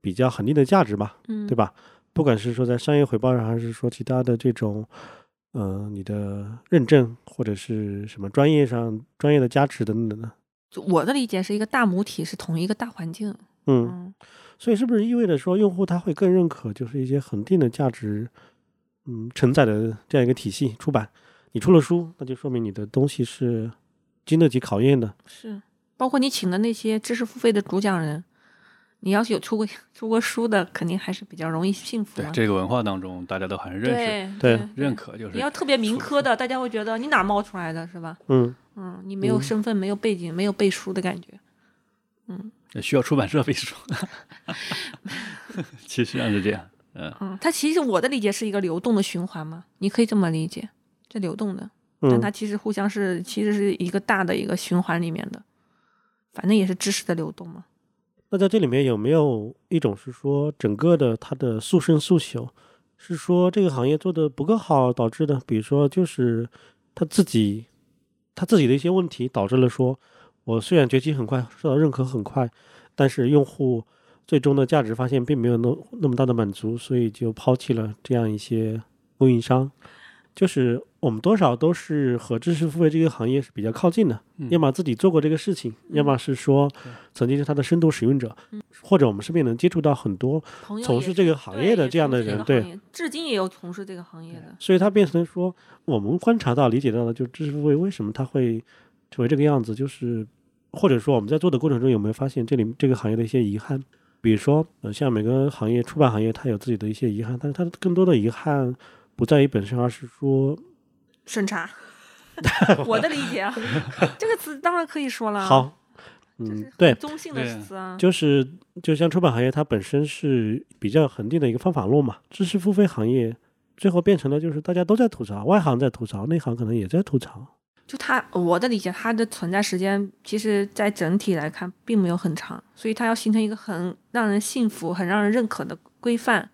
比较恒定的价值吧，嗯，对吧？不管是说在商业回报上，还是说其他的这种，呃，你的认证或者是什么专业上专业的加持等等的，嗯就我的理解是一个大母体是同一个大环境。嗯，嗯所以是不是意味着说，用户他会更认可就是一些恒定的价值，嗯，承载的这样一个体系？出版，你出了书，那就说明你的东西是经得起考验的。是，包括你请的那些知识付费的主讲人，你要是有出过出过书的，肯定还是比较容易信服对嘛。这个文化当中，大家都还是认识、对对认可，就是你要特别民出科的，大家会觉得你哪儿冒出来的是吧？嗯，嗯，你没有嗯身份，没有背景，没有背书的感觉。需要出版社背 书。 其实上是这样，嗯，嗯，它其实我的理解是一个流动的循环嘛，你可以这么理解，这流动的，但嗯它其实互相是其实是一个大的一个循环里面的，反正也是知识的流动嘛。那在这里面有没有一种是说整个的它的速胜速朽，是说这个行业做的不够好导致的？比如说就是他自己他自己的一些问题导致了说，我虽然崛起很快，受到认可很快，但是用户最终的价值发现并没有那那么大的满足，所以就抛弃了这样一些供应商。就是我们多少都是和知识付费这个行业是比较靠近的，嗯要么自己做过这个事情，要么是说对曾经是它的深度使用者，或者我们身边能接触到很多，嗯朋友从也事是这个行对业的也这样从的事人个对行业，至今也有从事这个行业的。所以它变成说我们观察到理解到的，就知识付费为什么它会成为这个样子，就是或者说我们在做的过程中有没有发现这里这个行业的一些遗憾？比如说，呃，像每个行业，出版行业它有自己的一些遗憾，但是它更多的遗憾不在于本身，而是说，审 查， 我的理解啊，这个词当然可以说了。，好，这嗯啊是，对很，中性的对啊词啊。就是就像出版行业，它本身是比较恒定的一个方法论嘛。知识付费行业最后变成了就是大家都在吐槽，外行在吐槽，内行可能也在吐槽。就它，我的理解，它的存在时间其实，在整体来看并没有很长，所以它要形成一个很让人信服、很让人认可的规范，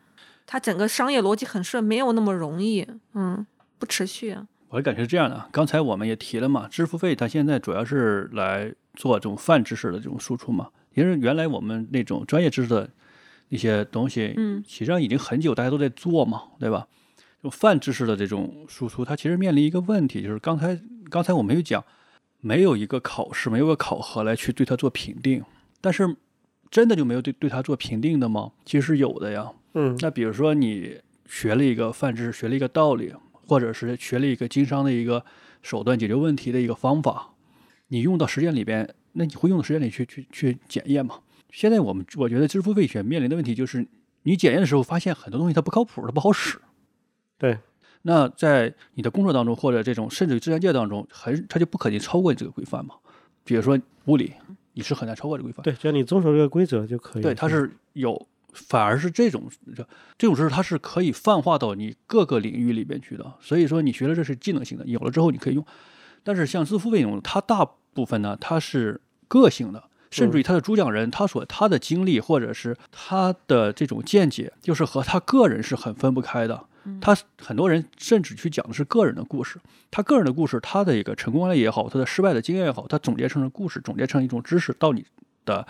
它整个商业逻辑很顺，没有那么容易，嗯，不持续啊。我的感觉是这样的啊。刚才我们也提了嘛，支付费它现在主要是来做这种泛知识的这种输出嘛。因为原来我们那种专业知识的一些东西，嗯，其实上已经很久大家都在做嘛，对吧？就泛知识的这种输出，它其实面临一个问题，就是刚才刚才我们有讲，没有一个考试，没有个考核来去对它做评定，但是真的就没有对对它做评定的吗？其实是有的呀。嗯那比如说你学了一个泛知识，学了一个道理，或者是学了一个经商的一个手段解决问题的一个方法，你用到实践里边，那你会用到实践里去去去检验嘛？现在我们我觉得支付费选面临的问题就是，你检验的时候发现很多东西它不靠谱，它不好使。对。那在你的工作当中，或者这种甚至于自然界当中，很它就不可能超过这个规范嘛？比如说物理，你是很难超过这个规范。对，只要你遵守这个规则就可以。对，它是有，反而是这种这这种知识，它是可以泛化到你各个领域里边去的。所以说，你学了这是技能性的，有了之后你可以用。但是像自付费这种，它大部分呢，它是个性的，甚至于他的主讲人，他所他的经历或者是他的这种见解，就是和他个人是很分不开的。他很多人甚至去讲的是个人的故事，他个人的故事，他的一个成功案例也好，他的失败的经验也好，他总结成了故事，总结成一种知识到你的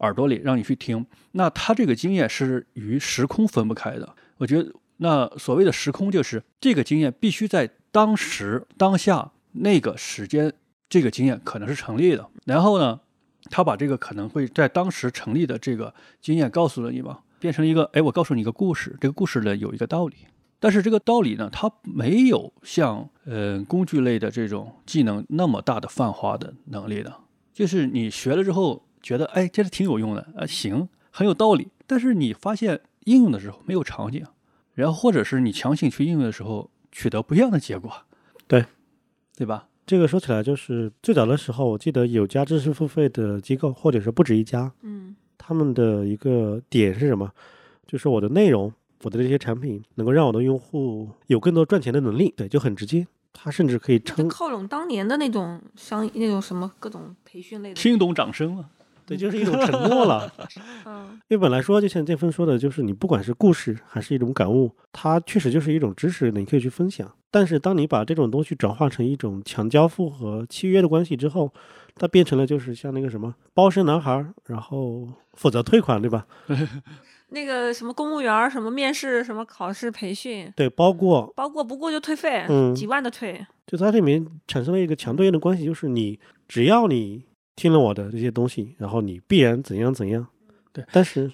耳朵里，让你去听。那他这个经验是与时空分不开的。我觉得，那所谓的时空，就是这个经验必须在当时当下那个时间，这个经验可能是成立的。然后呢，他把这个可能会在当时成立的这个经验告诉了你嘛，变成一个，哎，我告诉你一个故事，这个故事呢有一个道理。但是这个道理呢，它没有像呃工具类的这种技能那么大的泛化的能力的。就是你学了之后觉得，哎，这是挺有用的，啊，行，很有道理。但是你发现应用的时候没有场景，然后或者是你强行去应用的时候，取得不一样的结果。对，对吧？这个说起来就是最早的时候，我记得有家知识付费的机构，或者是不止一家，嗯，他们的一个点是什么？就是我的内容，我的这些产品能够让我的用户有更多赚钱的能力，对，就很直接。它甚至可以就称，靠拢当年的那种商那种什么各种培训类的，听懂掌声了。 对，就是一种承诺 了。嗯，因为本来说，就像建峰说的，就是你不管是故事还是一种感悟，它确实就是一种知识，你可以去分享。但是当你把这种东西转化成一种强交付和契约的关系之后，它变成了就是像那个什么包身男孩儿，然后负责退款，对吧？那个什么公务员儿什么面试什么考试培训，对，包括包过不过就退费，嗯几万的退，就它里面产生了一个强对应的关系，就是你只要你听了我的这些东西，然后你必然怎样怎样。对，但是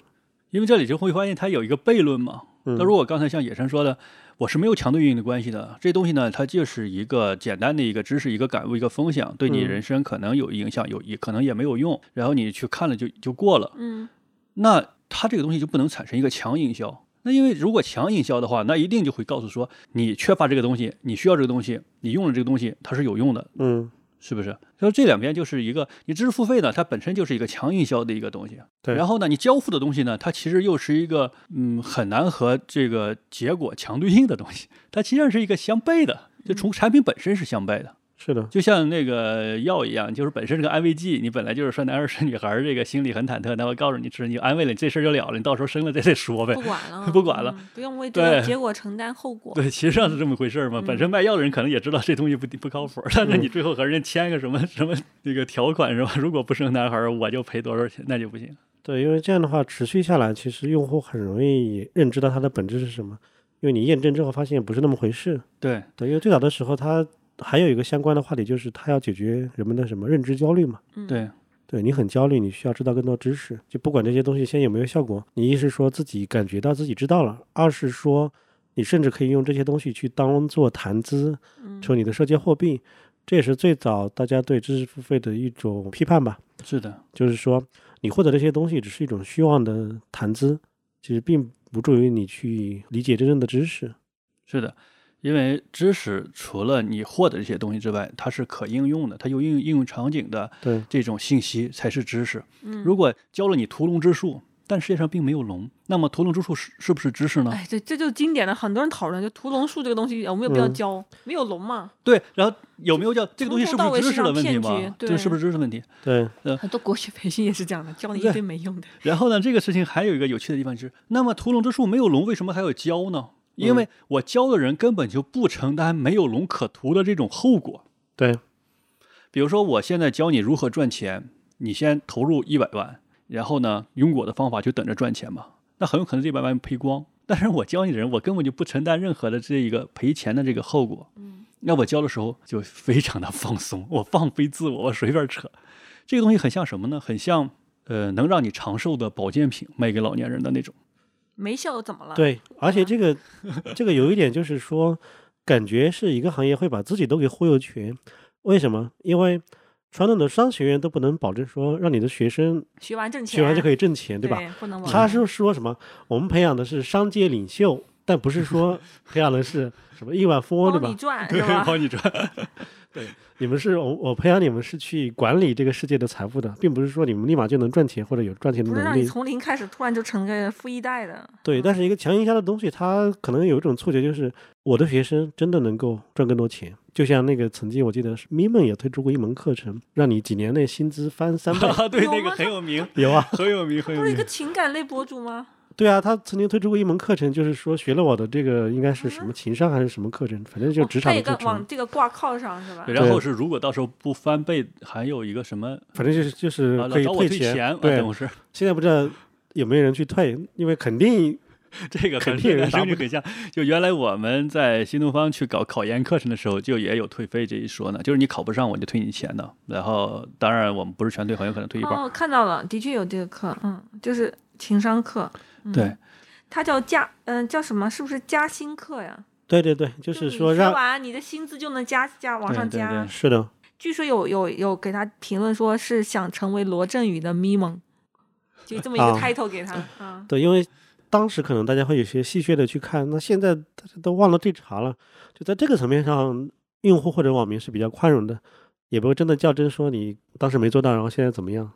因为这里就会发现它有一个悖论嘛。嗯那如果刚才像野神说的，我是没有强对应的关系的，这东西呢，它就是一个简单的一个知识、一个感悟、一个风向，对你嗯人生可能有影响，有也可能也没有用，然后你去看了就就过了。嗯，那它这个东西就不能产生一个强营销。那因为如果强营销的话，那一定就会告诉说你缺乏这个东西，你需要这个东西，你用了这个东西它是有用的，嗯，是不是？所以这两边就是一个，你知识付费呢，它本身就是一个强营销的一个东西。对然后呢，你交付的东西呢，它其实又是一个嗯很难和这个结果强对应的东西，它其实上是一个相悖的，就从产品本身是相悖的。是的，就像那个药一样，就是本身是个安慰剂，你本来就是说男孩是女孩，这个心里很忐忑，那我告诉你吃，你就安慰了，你这事儿就了了，你到时候生了再再说呗不。管了，不管了嗯不用为这个对结果承担后果。对，其实上是这么回事儿嘛。本身卖药的人可能也知道这东西不不靠谱，但是你最后和人家签个什么什么那个条款是吧？如果不生男孩儿，我就赔多少钱，那就不行。对，因为这样的话持续下来，其实用户很容易认知到它的本质是什么，因为你验证之后发现不是那么回事。对，嗯对，因为最早的时候，它还有一个相关的话题，就是它要解决人们的什么认知焦虑嘛。嗯对，对你很焦虑，你需要知道更多知识。就不管这些东西先有没有效果，你一是说自己感觉到自己知道了，二是说你甚至可以用这些东西去当做谈资，嗯成为你的社交货币。这也是最早大家对知识付费的一种批判吧，是的，就是说你获得这些东西只是一种虚妄的谈资，其实并不助于你去理解真正的知识。是的。因为知识除了你获得这些东西之外，它是可应用的，它有应用应用场景的对，这种信息才是知识。嗯如果教了你屠龙之术，但世界上并没有龙，那么屠龙之术是是不是知识呢？哎，对，这就是经典的，很多人讨论，就屠龙术这个东西有没有必要嗯教？没有龙嘛，对，然后有没有叫这个东西是从头不到是尾知是识的场问题骗嘛局？对，对是不是知识问题？对，很多国学培训也是这样的，教你一对堆没用的。然后呢，这个事情还有一个有趣的地方就是，那么屠龙之术没有龙，为什么还要教呢？因为我教的人根本就不承担没有龙可屠的这种后果。对，啊比如说，我现在教你如何赚钱，你先投入一百万，然后呢，用我的方法就等着赚钱吧。那很有可能这一百万赔光。但是我教你的人，我根本就不承担任何的这一个赔钱的这个后果。嗯，那我教的时候就非常的放松，我放飞自我，我随便扯。这个东西很像什么呢？很像呃，能让你长寿的保健品卖给老年人的那 种。没效又怎么了？，对，而且这个这个有一点就是说，感觉是一个行业会把自己都给忽悠全。为什么？因为传统的商学院都不能保证说让你的学生学完挣钱，学完就可以，以挣钱，对吧？？不能往他是说什么？我们培养的是商界领袖，但不 是说培养的是什么亿万富翁，对帮吧你？赚是吧？帮你赚。。你们是我我培养你们是去管理这个世界的财富的，并不是说你们立马就能赚钱或者有赚钱的不是能让你力。从零开始，突然就成个富一代的。对，但是一个强营销的东西，它可能有一种错觉，就是我的学生真的能够赚更多钱。就像那个曾经我记得是 m i m 也推出过一门课程，让你几年内薪资翻三 倍 对，有那个吗很有名，有啊，很有名，很有不是一名个。情感类博主吗？对啊，他曾经推出过一门课程，就是说学了我的这个应该是啊什么情商还是什么课程，反正就哦职他场也的课跟往程，这个挂靠上是吧对？然后是如果到时候不翻倍，还有一个什么反正就是就是啊，呃可老以找我退钱。钱，啊对我，是现在不知道有没有人去退，因为肯定这个肯和定这个人达声不音很像。就原来我们在新东方去搞考研课程的时候，就也有退费这一说呢，就是你考不上我就退你钱的。然后当然我们不是全退，很有可能退一半儿。哦，看到了，的确有这个课，嗯，就是情商课，嗯、对，它叫加，嗯、叫什么？是不是加薪课呀？对对对，就就是你说学让完你的薪资就能加加往上对对加。对是的，据说有有有给他评论说是想成为罗振宇的咪蒙，就这么一个啊 title 给他啊。对，因为当时可能大家会有些戏谑的去看，那现在大家都忘了这茬了，就在这个层面上，用户或者网民是比较宽容的，也不会真的较真说你当时没做到，然后现在怎么样？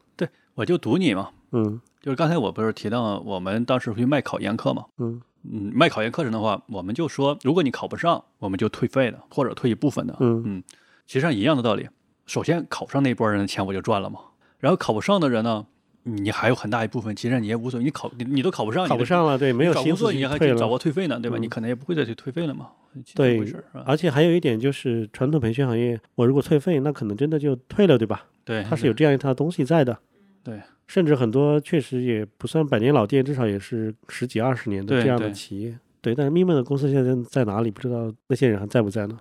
我就赌你嘛。嗯就是刚才我不是提到我们当时去卖考研课嘛，嗯嗯，卖考研课程的话，我们就说，如果你考不上，我们就退费的，或者退一部分的。嗯其实上一样的道理。首先考上那波人的钱我就赚了嘛，然后考不上的人呢，你还有很大一部分，其实你也无所谓，你考你你都考不上，考你不的上了，对，没有找心工思作去你还退去了找。个退费呢，对吧？嗯你可能也不会再去退费了嘛，这么对回事儿啊。而且还有一点就是，传统培训行业，我如果退费，那可能真的就退了，对吧？对，它是有这样一套东西在的。对，甚至很多确实也不算百年老店，至少也是十几二十年的对这样的对企业。对，但是 m i m 的公司现在在哪里？不知道那些人还在不在呢？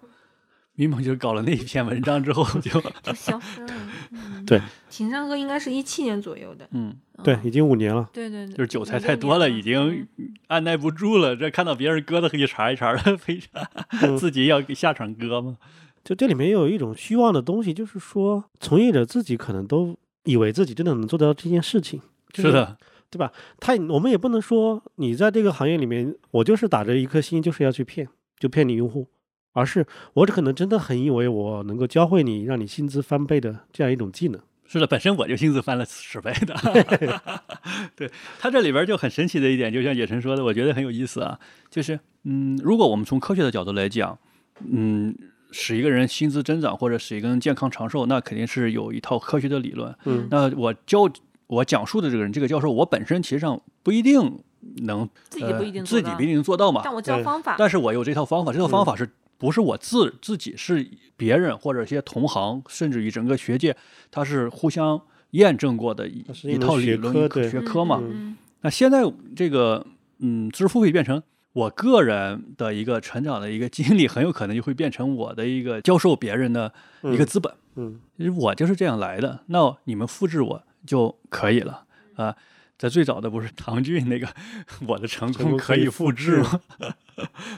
迷蒙就是搞了那一篇文章之后 就，就消失了。 嗯、对，秦山歌应该是一七年左右的。嗯，对嗯，已经五 年了。对对对，就是韭菜五六太多了，年嗯已经按耐不住了。这看到别人割的一茬一茬的，非嗯常自己要下场割吗？就这里面有一种虚妄的东西，就是说从业者自己可能都以为自己真的能做到这件事情。就是是的，他我们也不能说你在这个行业里面，我就是打着一颗心就是要去骗，就骗你用户，而是我可能真的很以为我能够教会你，让你薪资翻倍的这样一种技能。是的，本身我就薪资翻了十倍的。对他这里边就很神奇的一点，就像野神说的，我觉得很有意思啊。就是，嗯，如果我们从科学的角度来讲，嗯，使一个人薪资增长或者使一个人健康长寿，那肯定是有一套科学的理论。嗯那我教我讲述的这个人，这个教授，我本身其实上不一定能自己不一定呃、做自到己不一定能做到嘛，但我知道对方法。但是我有这套方法，这套嗯方法是不是我自自己是别人或者一些同行，甚至于整个学界，它是互相验证过的一它是一一门套学理论科一个对学科嘛。嗯那现在这个嗯，知识付费变成我个人的一个成长的一个经历，很有可能就会变成我的一个教授别人的一个资本。嗯其实我就是这样来的，那你们复制我就可以了啊。在最早的不是唐骏那个，我的成成功功可可以以复复制制吗？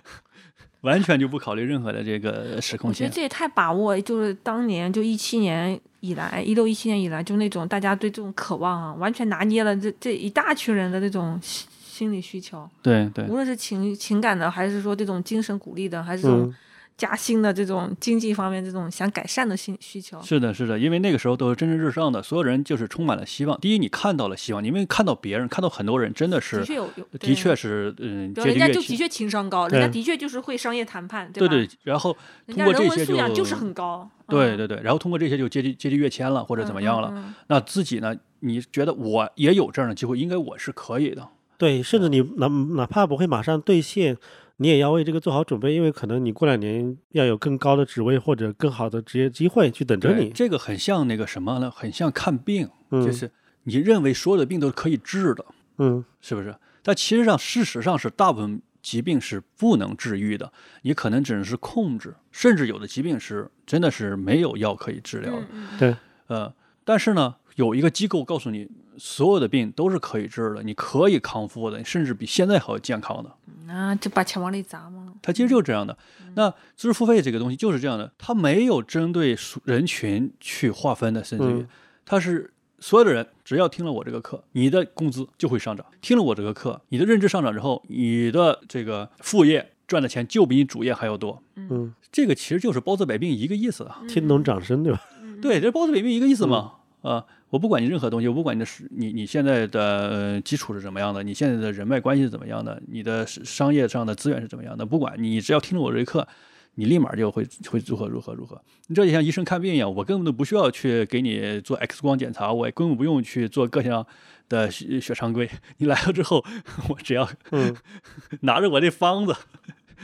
完全就不考虑任何的这个时我空觉线得。这也太把握，就是当年就一七年以来，一六一七年以来，就那种大家对这种渴望啊，完全拿捏了这这一大群人的这种心心理需求，对对无论是情情感的，还是说这种精神鼓励的，还是这种嗯，加薪的、这种经济方面这种想改善的心需求。是的，是的，因为那个时候都是蒸蒸日上的，所有人就是充满了希望。第一，你看到了希望，因为看到别人，看到很多人真的的是，确有有，对的确，是，嗯，对接人近家越就级的确情商高，人家对的确就是会商业谈判，对吧？对，然后人通家过这人些文素养就就是很高，对嗯对对，然后通过这些就接近接近跃迁了，或者怎么样了。嗯嗯嗯那自己呢？你觉得我也有这样的机会，应该我是可以的。对，甚至你哪哪怕不会马上兑现，你也要为这个做好准备，因为可能你过两年要有更高的职位或者更好的职业机会去等着对，你。这个很像那个什么呢？很像看病，嗯就是你认为所有的病都是可以治的，嗯是不是？但其实上，事实上是大部分疾病是不能治愈的，你可能只能是控制，甚至有的疾病是真的是没有药可以治疗的。嗯嗯嗯呃，但是呢，有一个机构告诉你，所有的病都是可以治的，你可以康复的，甚至比现在还要健康的。啊，就把钱往里砸嘛。它其实就是这样的。那知识付费这个东西就是这样的，它没有针对属人群去划分的，甚至于嗯它是所有的人，只要听了我这个课，你的工资就会上涨；听了我这个课，你的认知上涨之后，你的这个副业赚的钱就比你主业还要多。嗯，这个其实就是包治百病一个意思啊。听嗯懂掌声对吧？对，这包治百病一个意思嘛。嗯啊，我不管你任何东西，我不管你的是你你现在的、呃基础是怎么样的，你现在的人脉关系是怎么样的，你的是商业上的资源是怎么样的，不管你只要听了我这课，你立马就会会如何如何如何。你这就像医生看病一样，我根本都不需要去给你做 X 光检查，我也根本不用去做各项的血血常规。你来了之后，我只要嗯， 拿着我这方子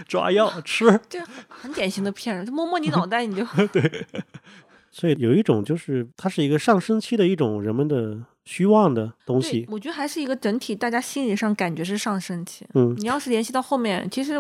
抓药吃，这很典型的骗人，就摸摸你脑袋你就所以有一种就是它是一个上升期的一种人们的虚妄的东对西。。我觉得还是一个整体，大家心理上感觉是上升期。嗯，你要是联系到后面，其实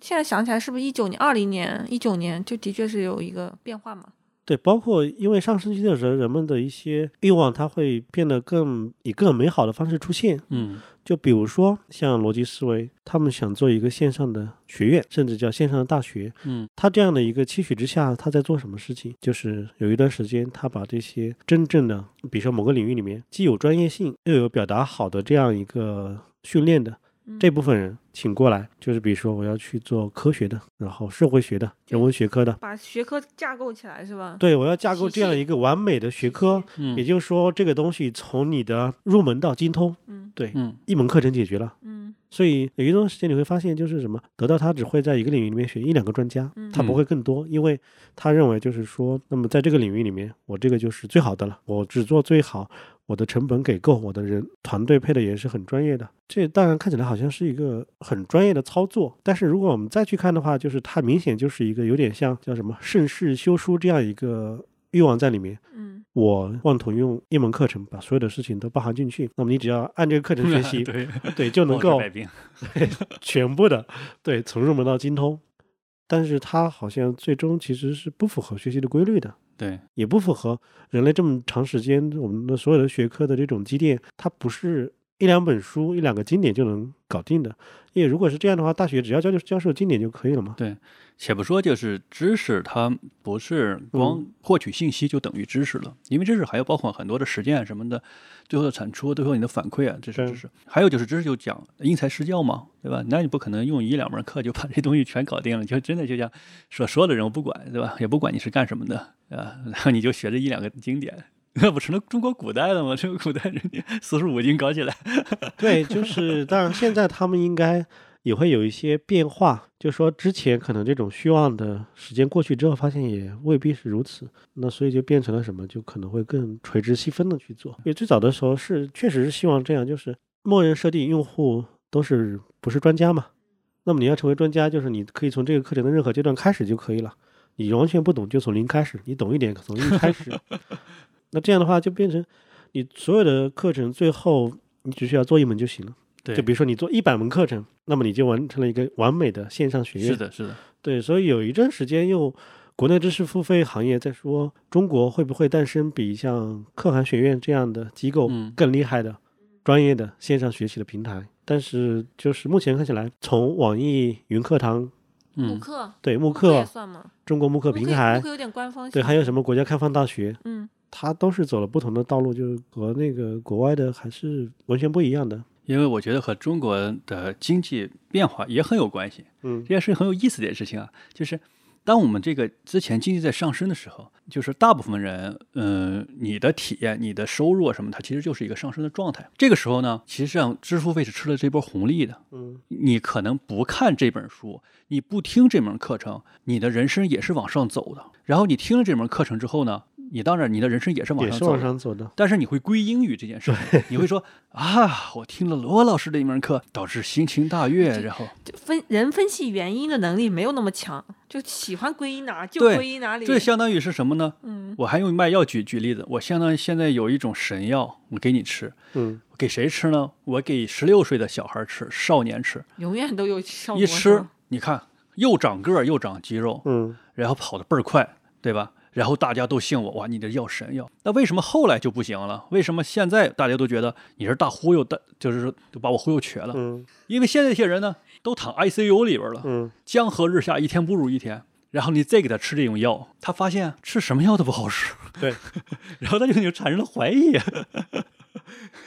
现在想起来，是不是一九年、二零年、一九年就的确是有一个变化嘛？对，包括因为上升期的时候，人们的一些欲望，它会变得更以更美好的方式出现。嗯，就比如说像逻辑思维，他们想做一个线上的学院，甚至叫线上的大学。嗯，他这样的一个期许之下，他在做什么事情？就是有一段时间，他把这些真正的，比如说某个领域里面既有专业性又有表达好的这样一个训练的嗯这部分人请过来，就是比如说我要去做科学的，然后社会学的、人文学科的。把学科架构起来是吧？对，我要架构体系这样一个完美的学科，嗯也就是说，这个东西从你的入门到精通，嗯对，嗯一门课程解决了。嗯所以有一段时间你会发现，就是什么，得到他只会在一个领域里面选一两个专家，嗯他不会更多，因为他认为就是说，那么在这个领域里面，我这个就是最好的了，我只做最好，我的成本给够，我的人团队配的也是很专业的。这当然看起来好像是一个很专业的操作，但是如果我们再去看的话，就是它明显就是一个有点像叫什么盛世修书这样一个欲望在里面。嗯，我妄图用一门课程把所有的事情都包含进去，那么你只要按这个课程学习， 对，对，就能包治够百病。全部的，对，从入门到精通。但是它好像最终其实是不符合学习的规律的，对，也不符合人类这么长时间我们的所有的学科的这种积淀，它不是一两本书、一两个经典就能搞定的。因为如果是这样的话，大学只要教教授经典就可以了嘛。且不说就是知识，它不是嗯光获取信息就等于知识了，因为知识还有包括很多的实践什么的，最后的产出，最后你的反馈啊，这是对知识。还有就是知识就讲因材施教嘛，对吧？那你不可能用一两门课就把这东西全搞定了，就真的就像所说的人我不管，对吧？也不管你是干什么的啊，然后你就学这一两个经典。那不成了中国古代了吗？这个古代人家四书五经搞起来，对，就是当然现在他们应该也会有一些变化，就说之前可能这种虚妄的时间过去之后，发现也未必是如此，那所以就变成了什么，就可能会更垂直细分的去做。因为最早的时候是确实是希望这样，就是默认设定用户都是不是专家嘛，那么你要成为专家，就是你可以从这个课程的任何阶段开始就可以了。你完全不懂就从零开始，你懂一点从一开始。那这样的话就变成你所有的课程最后你只需要做一门就行了。对就比如说你做一百门课程，那么你就完成了一个完美的线上学院。是，的，是的，对，所以有一阵时间又国内知识付费行业在说中国会不会诞生比像可汗学院这样的机构嗯更厉害的、专业的线上学习的平台。但是就是目前看起来，从网易云课堂、慕嗯，课对慕也课、算吗？中国慕课慕平课台慕，课有点官方性。对，还有什么国家开放大学，嗯，它都是走了不同的道路，就是和那个国外的还是完全不一样的。因为我觉得和中国的经济变化也很有关系。嗯这，件事情很有意思的一件事情啊，就是当我们这个之前经济在上升的时候，就是大部分人，嗯、你的体验、你的收入啊什么，它其实就是一个上升的状态。这个时候呢，其实上支付费是吃了这波红利的。嗯，你可能不看这本书，你不听这门课程，你的人生也是往上走的。然后你听了这门课程之后呢，你当然你的人生也是往也上是走往的。上走的。但是你会归因于这件事，你会说啊，我听了罗老师的一门课，导致心情大悦，然后就分人分析原因的能力没有那么强，就喜欢归因哪儿就对归因哪里。这相当于是什么呢？嗯，我还用卖药举举例子，我相当于现在有一种神药，我给你吃，嗯，我给谁吃呢？我给十六岁的小孩吃，少年吃，永远都有效果。一是吃吧，你看又长个儿又长肌肉，嗯，然后跑得倍儿快，对吧？然后大家都信我，哇，你这药神药。那为什么后来就不行了？为什么现在大家都觉得你是大忽悠的，就是说就把我忽悠瘸了？嗯，因为现在这些人呢，都躺 ICU 里边了，嗯，江河日下，一天不如一天。然后你再给他吃这种药，他发现吃什么药都不好使，对， 然后他就就产生了怀疑。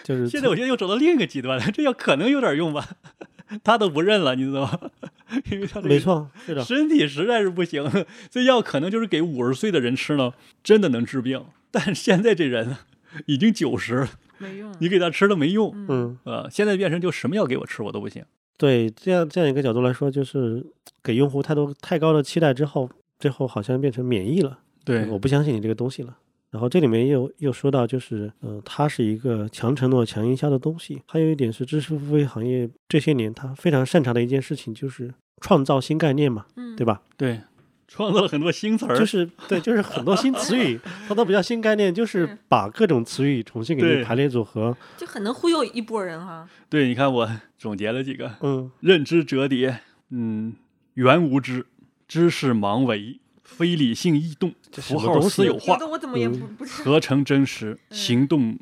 就是现在我觉得又走到另一个极端了， 这药可能有点用吧， 他都不认了，你知道吗？ 因为他这个没错，是的，身体实在是不行， 这药可能就是给五十岁的人吃呢，真的能治病。但现在这人 呢已经九十，没用。你给他吃了没用，嗯，呃，现在变成就什么药给我吃我都不行。对，这样这样一个角度来说，就是给用户太多太高的期待之后，最后好像变成免疫了，对我不相信你这个东西了。然后这里面又又说到，就是呃，它是一个强承诺、强营销的东西。还有一点是，知识付费行业这些年它非常擅长的一件事情就是创造新概念嘛，嗯，对吧？对，创造了很多新词儿，就是对，就是很多新 词语，它都不叫新概念，就是是把各种词语重新嗯给对你排列组合。就很能忽悠一波人哈、对，你看我总结了几个：嗯，认知折叠，嗯，原无知，知识盲为，非理性异动，符什么号东西啊私有有化的，我怎么也不、嗯不知道。合成真实，嗯行动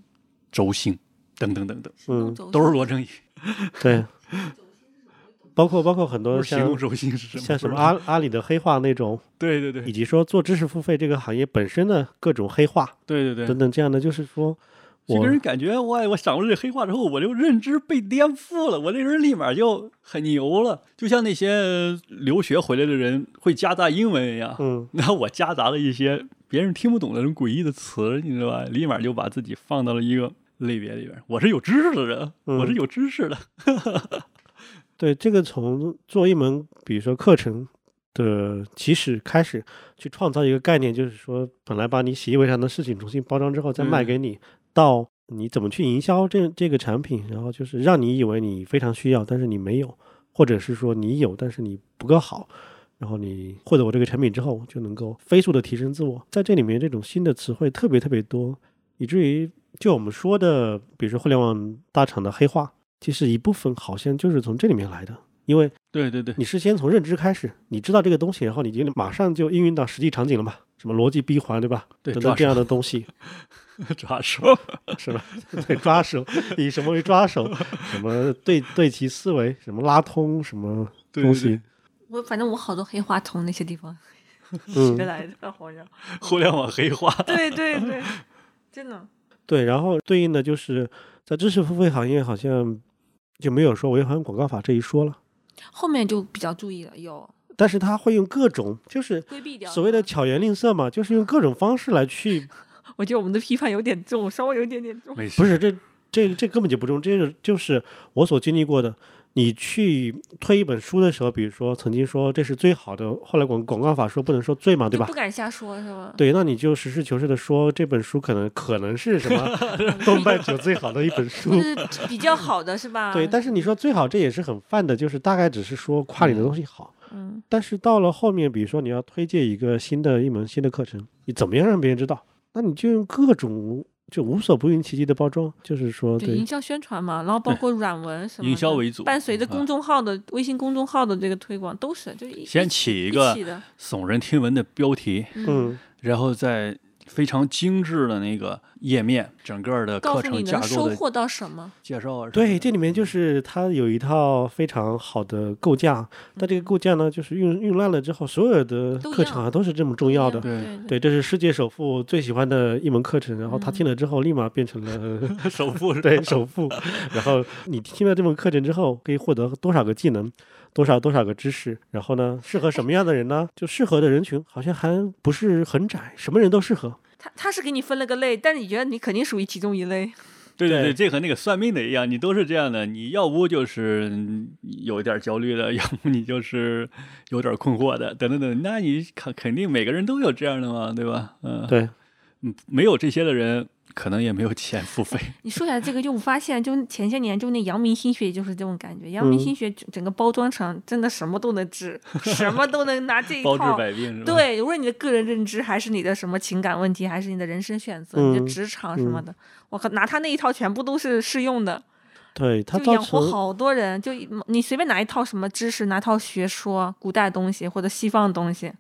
轴心，等等等等，嗯都是罗振宇。对，包括包括很多不是行像动轴心是什么？像什么不知道？阿阿里的黑化那种，对对对以及说做知识付费这个行业本身的各种黑化对对对等，等这样的，就是说这我个人感觉我我掌握这黑话之后，我就认知被颠覆了，我这人立马就很牛了，就像那些呃留学回来的人会夹杂英文一样。嗯那我夹杂了一些别人听不懂的那种诡异的词，你知道吧？立马就把自己放到了一个类别里边。我是有知识的人，嗯我是有知识的。对这个从做一门比如说课程。的起始开始去创造一个概念，就是说，本来把你习以为常的事情重新包装之后再卖嗯给你，到你怎么去营销这这个产品，然后就是让你以为你非常需要，但是你没有，或者是说你有，但是你不够好，然后你获得我这个产品之后，就能够飞速的提升自我。在这里面，这种新的词汇特别特别多，以至于就我们说的，比如说互联网大厂的黑化，其实一部分好像就是从这里面来的。因为对对对，你是先从认知开始，你知道这个东西，然后你就马上就应用到实际场景了嘛，什么逻辑闭环，对吧？对等抓等手这样的东西，抓手，哦是吧？ 对，抓手，以什么为抓手？什么对对齐思维？什么拉通？什么对东对西对？我反正我好多黑话从那些地方嗯学来的，好 像。互联网黑 化，对对对，真的。对，然后对应的就是在知识付费行业，好像就没有说违反广告法这一说了，后面就比较注意了，有但是他会用各种就是规避掉所谓的巧言令色嘛，就是用各种方式来去，我觉得我们的批判有点重，稍微有一点点重。没事，不是这这这根本就不中，这是就是我所经历过的。你去推一本书的时候，比如说曾经说这是最好的，后来广广告法说不能说最嘛，对就吧不？敢瞎说是吧？对，那你就实事求是的说，这本书可能可能是什么 嗯动漫界最好的一本书就，是啊比较好的是吧？ 对，但是你说最好，这也是很泛的，就是大概只是说夸你的东西好。嗯，但是到了后面，比如说你要推荐一个新的一门新的课程，你怎么样让别人知道？那你就用各种就无所不用其极的包装，就是说对，营对销宣传嘛，然后包对括软文什么的，营销为主，伴随着啊公众号的、微信公众号的这个推广，都是就一先一起一一个起的，耸人听闻的标题，嗯，然后再非常精致的那个页面，整个的告课诉程你架能构收的获到什么。介绍啊什么的。对，这里面就是它有一套非常好的构架，但这个构架呢，就是用用烂了之后，所有的都一课程啊都是这么重要的。对对对，这是世界首富最喜欢的一门课程，然后他听了之后立马变成了 首富是吧对首富。然后你听了这门课程之后，可以获得多少个技能，多少多少个知识，然后呢，适合什么样的人呢？就适合的人群好像还不是很窄，什么人都适合。他他是给你分了个类，但是你觉得你肯定属于其中一类。 对对对对，这和那个算命的一样，你都是这样的。你要不就是嗯有一点焦虑的，要不你就是有点困惑的，等等等。那你肯肯定每个人都有这样的嘛，对吧？嗯，对，嗯，没有这些的人，可能也没有钱付费。你说起来这个，就我发现，就前些年就那阳明心学就是这种感觉。阳明嗯心学整整个包装成真的什么都能 治，什么都能拿这一包治套。百病是吧？，对，无论你的个人认知，还是你的什么情感问题，还是你的人生选择，你嗯的职场什么的，我靠，拿他那一套全部都是适用的，对，他就造养活成好多人。就一你随便拿一套什么知识，拿一套学说，古代东西或者西方东西，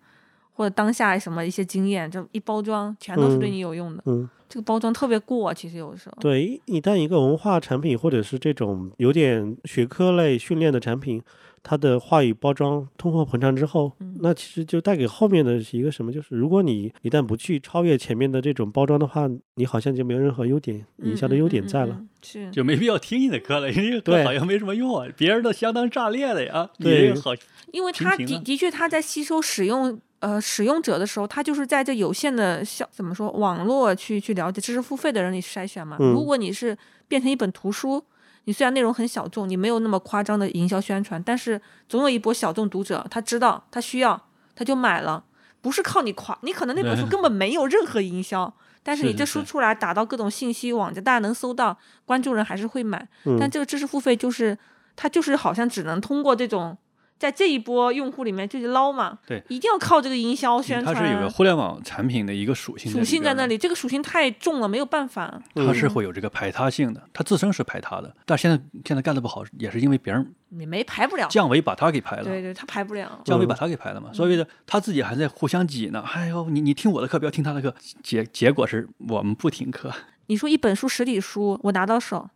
或者当下什么一些经验，就一包装，全都是对嗯你有用的。嗯，这个包装特别过，其实有的时候。对，一一旦一个文化产品或者是这种有点学科类训练的产品，它的话语包装通货膨胀之后，嗯那其实就带给后面的是一个什么？就是如果你一旦不去超越前面的这种包装的话，你好像就没有任何优点，以下的优点在了。嗯。嗯嗯嗯 是，就没必要听你的课了，因为这个对课好像没什么用啊。别人都相当炸裂的呀，你对这个好因为平他平的啊的确他在吸收使用呃使用者的时候，他就是在这有限的消怎么说网络去去了解知识付费的人里筛选嘛。嗯如果你是变成一本图书，你虽然内容很小众，你没有那么夸张的营销宣传，但是总有一波小众读者，他知道他需要，他就买了，不是靠你夸，你可能那 本书对根本没有任何营销。但是是你是这书是出来，打到各种信息网站，大家能搜到，关注人还是会买。嗯，但这个知识付费就是它就是好像只能通过这种在这一波用户里面就是捞嘛，对，嗯一定要靠这个营销宣它传，是有个互联网产品的一个属性属性在那里里，这个属性太重了，没有办法。边儿，它是会有这个排他性的，它自身是排他的，但现在现在干的不好，也是因为别人也没排不了，降维把它给排了。对对，它排不了。教委把他给排了嘛，所以的他自己还在互相挤呢。哎呦，你你听我的课，不要听他的课。结结果是我们不听课，你说一本书实体书，我拿到手，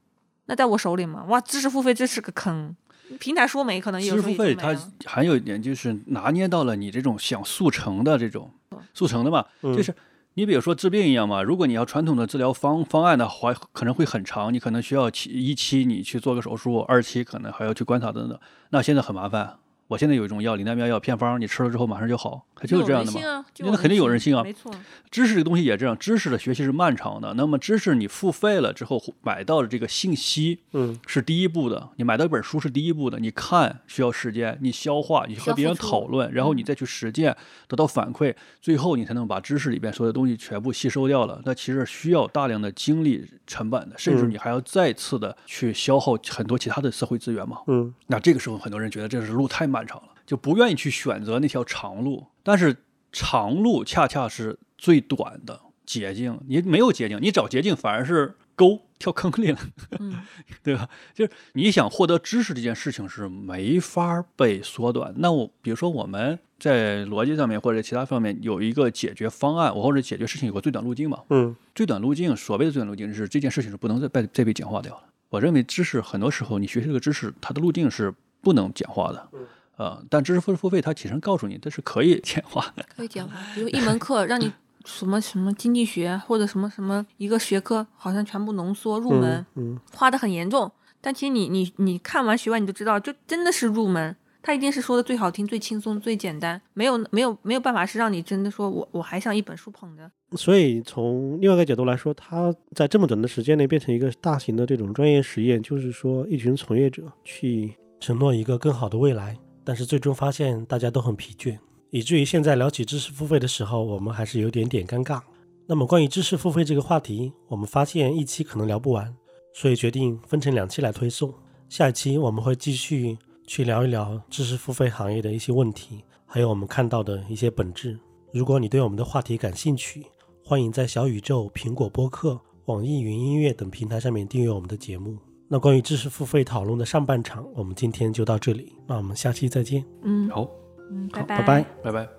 那在我手里嘛，哇，知识付费这是个坑，平台说没可能知有识时候付也费就它没了还有一点就是拿捏到了你这种想速成的这种嗯速成的嘛，就是你比如说治病一样嘛，如果你要传统的治疗方方案的话，可能会很长，你可能需要期一期你去做个手术，二期可能还要去观察等等。那现在很麻烦，我现在有一种药灵丹妙药片方，你吃了之后马上就好，它就是这样的嘛有人。性啊，就那肯定有人性啊没错，知识这个东西也这样，知识的学习是漫长的。那么知识你付费了之后买到的这个信息嗯是第一步的，你买到一本书是第一步的，你看需要时间，你消化，嗯你和别人需要付出讨论，然后你再去实践，得到反馈，最后你才能把知识里边所有的东西全部吸收掉了。那其实需要大量的精力成本的，甚至嗯你还要再次的去消耗很多其他的社会资源嘛。嗯那这个时候，很多人觉得这是路太漫长了，就不愿意去选择那条长路。但是长路恰恰是最短的捷径，你没有捷径，你找捷径反而是沟跳坑里了，嗯 对吧？就是你想获得知识这件事情是没法被缩短。那我比如说我们在逻辑上面或者其他方面有一个解决方案，我或者解决事情有个最短路径嘛？嗯最短路径，所谓的最短路径是这件事情是不能再被再被简化掉了。我认为知识很多时候你学习这个知识，它的路径是不能简化的。呃，但知识付付费它启程告诉你，这是可以简化的。可以简化，比如一门课让你什么什么经济学或者什么什么一个学科，好像全部浓缩入门，嗯嗯花的很严重，但其实你你你看完学完你就知道，就真的是入门。他一定是说的最好听、最轻松、最简单，没有没有没有办法是让你真的说我我还像一本书捧着。所以从另外一个角度来说，它在这么短的时间内变成一个大型的这种专业实验，就是说一群从业者去承诺一个更好的未来，但是最终发现大家都很疲倦，以至于现在聊起知识付费的时候，我们还是有点点尴尬。那么关于知识付费这个话题，我们发现一期可能聊不完，所以决定分成两期来推送。下一期我们会继续去聊一聊知识付费行业的一些问题，还有我们看到的一些本质。如果你对我们的话题感兴趣，欢迎在小宇宙、苹果播客、网易云音乐等平台上面订阅我们的节目。那关于知识付费讨论的上半场，我们今天就到这里，那我们下期再见。嗯好，嗯，好拜拜拜拜。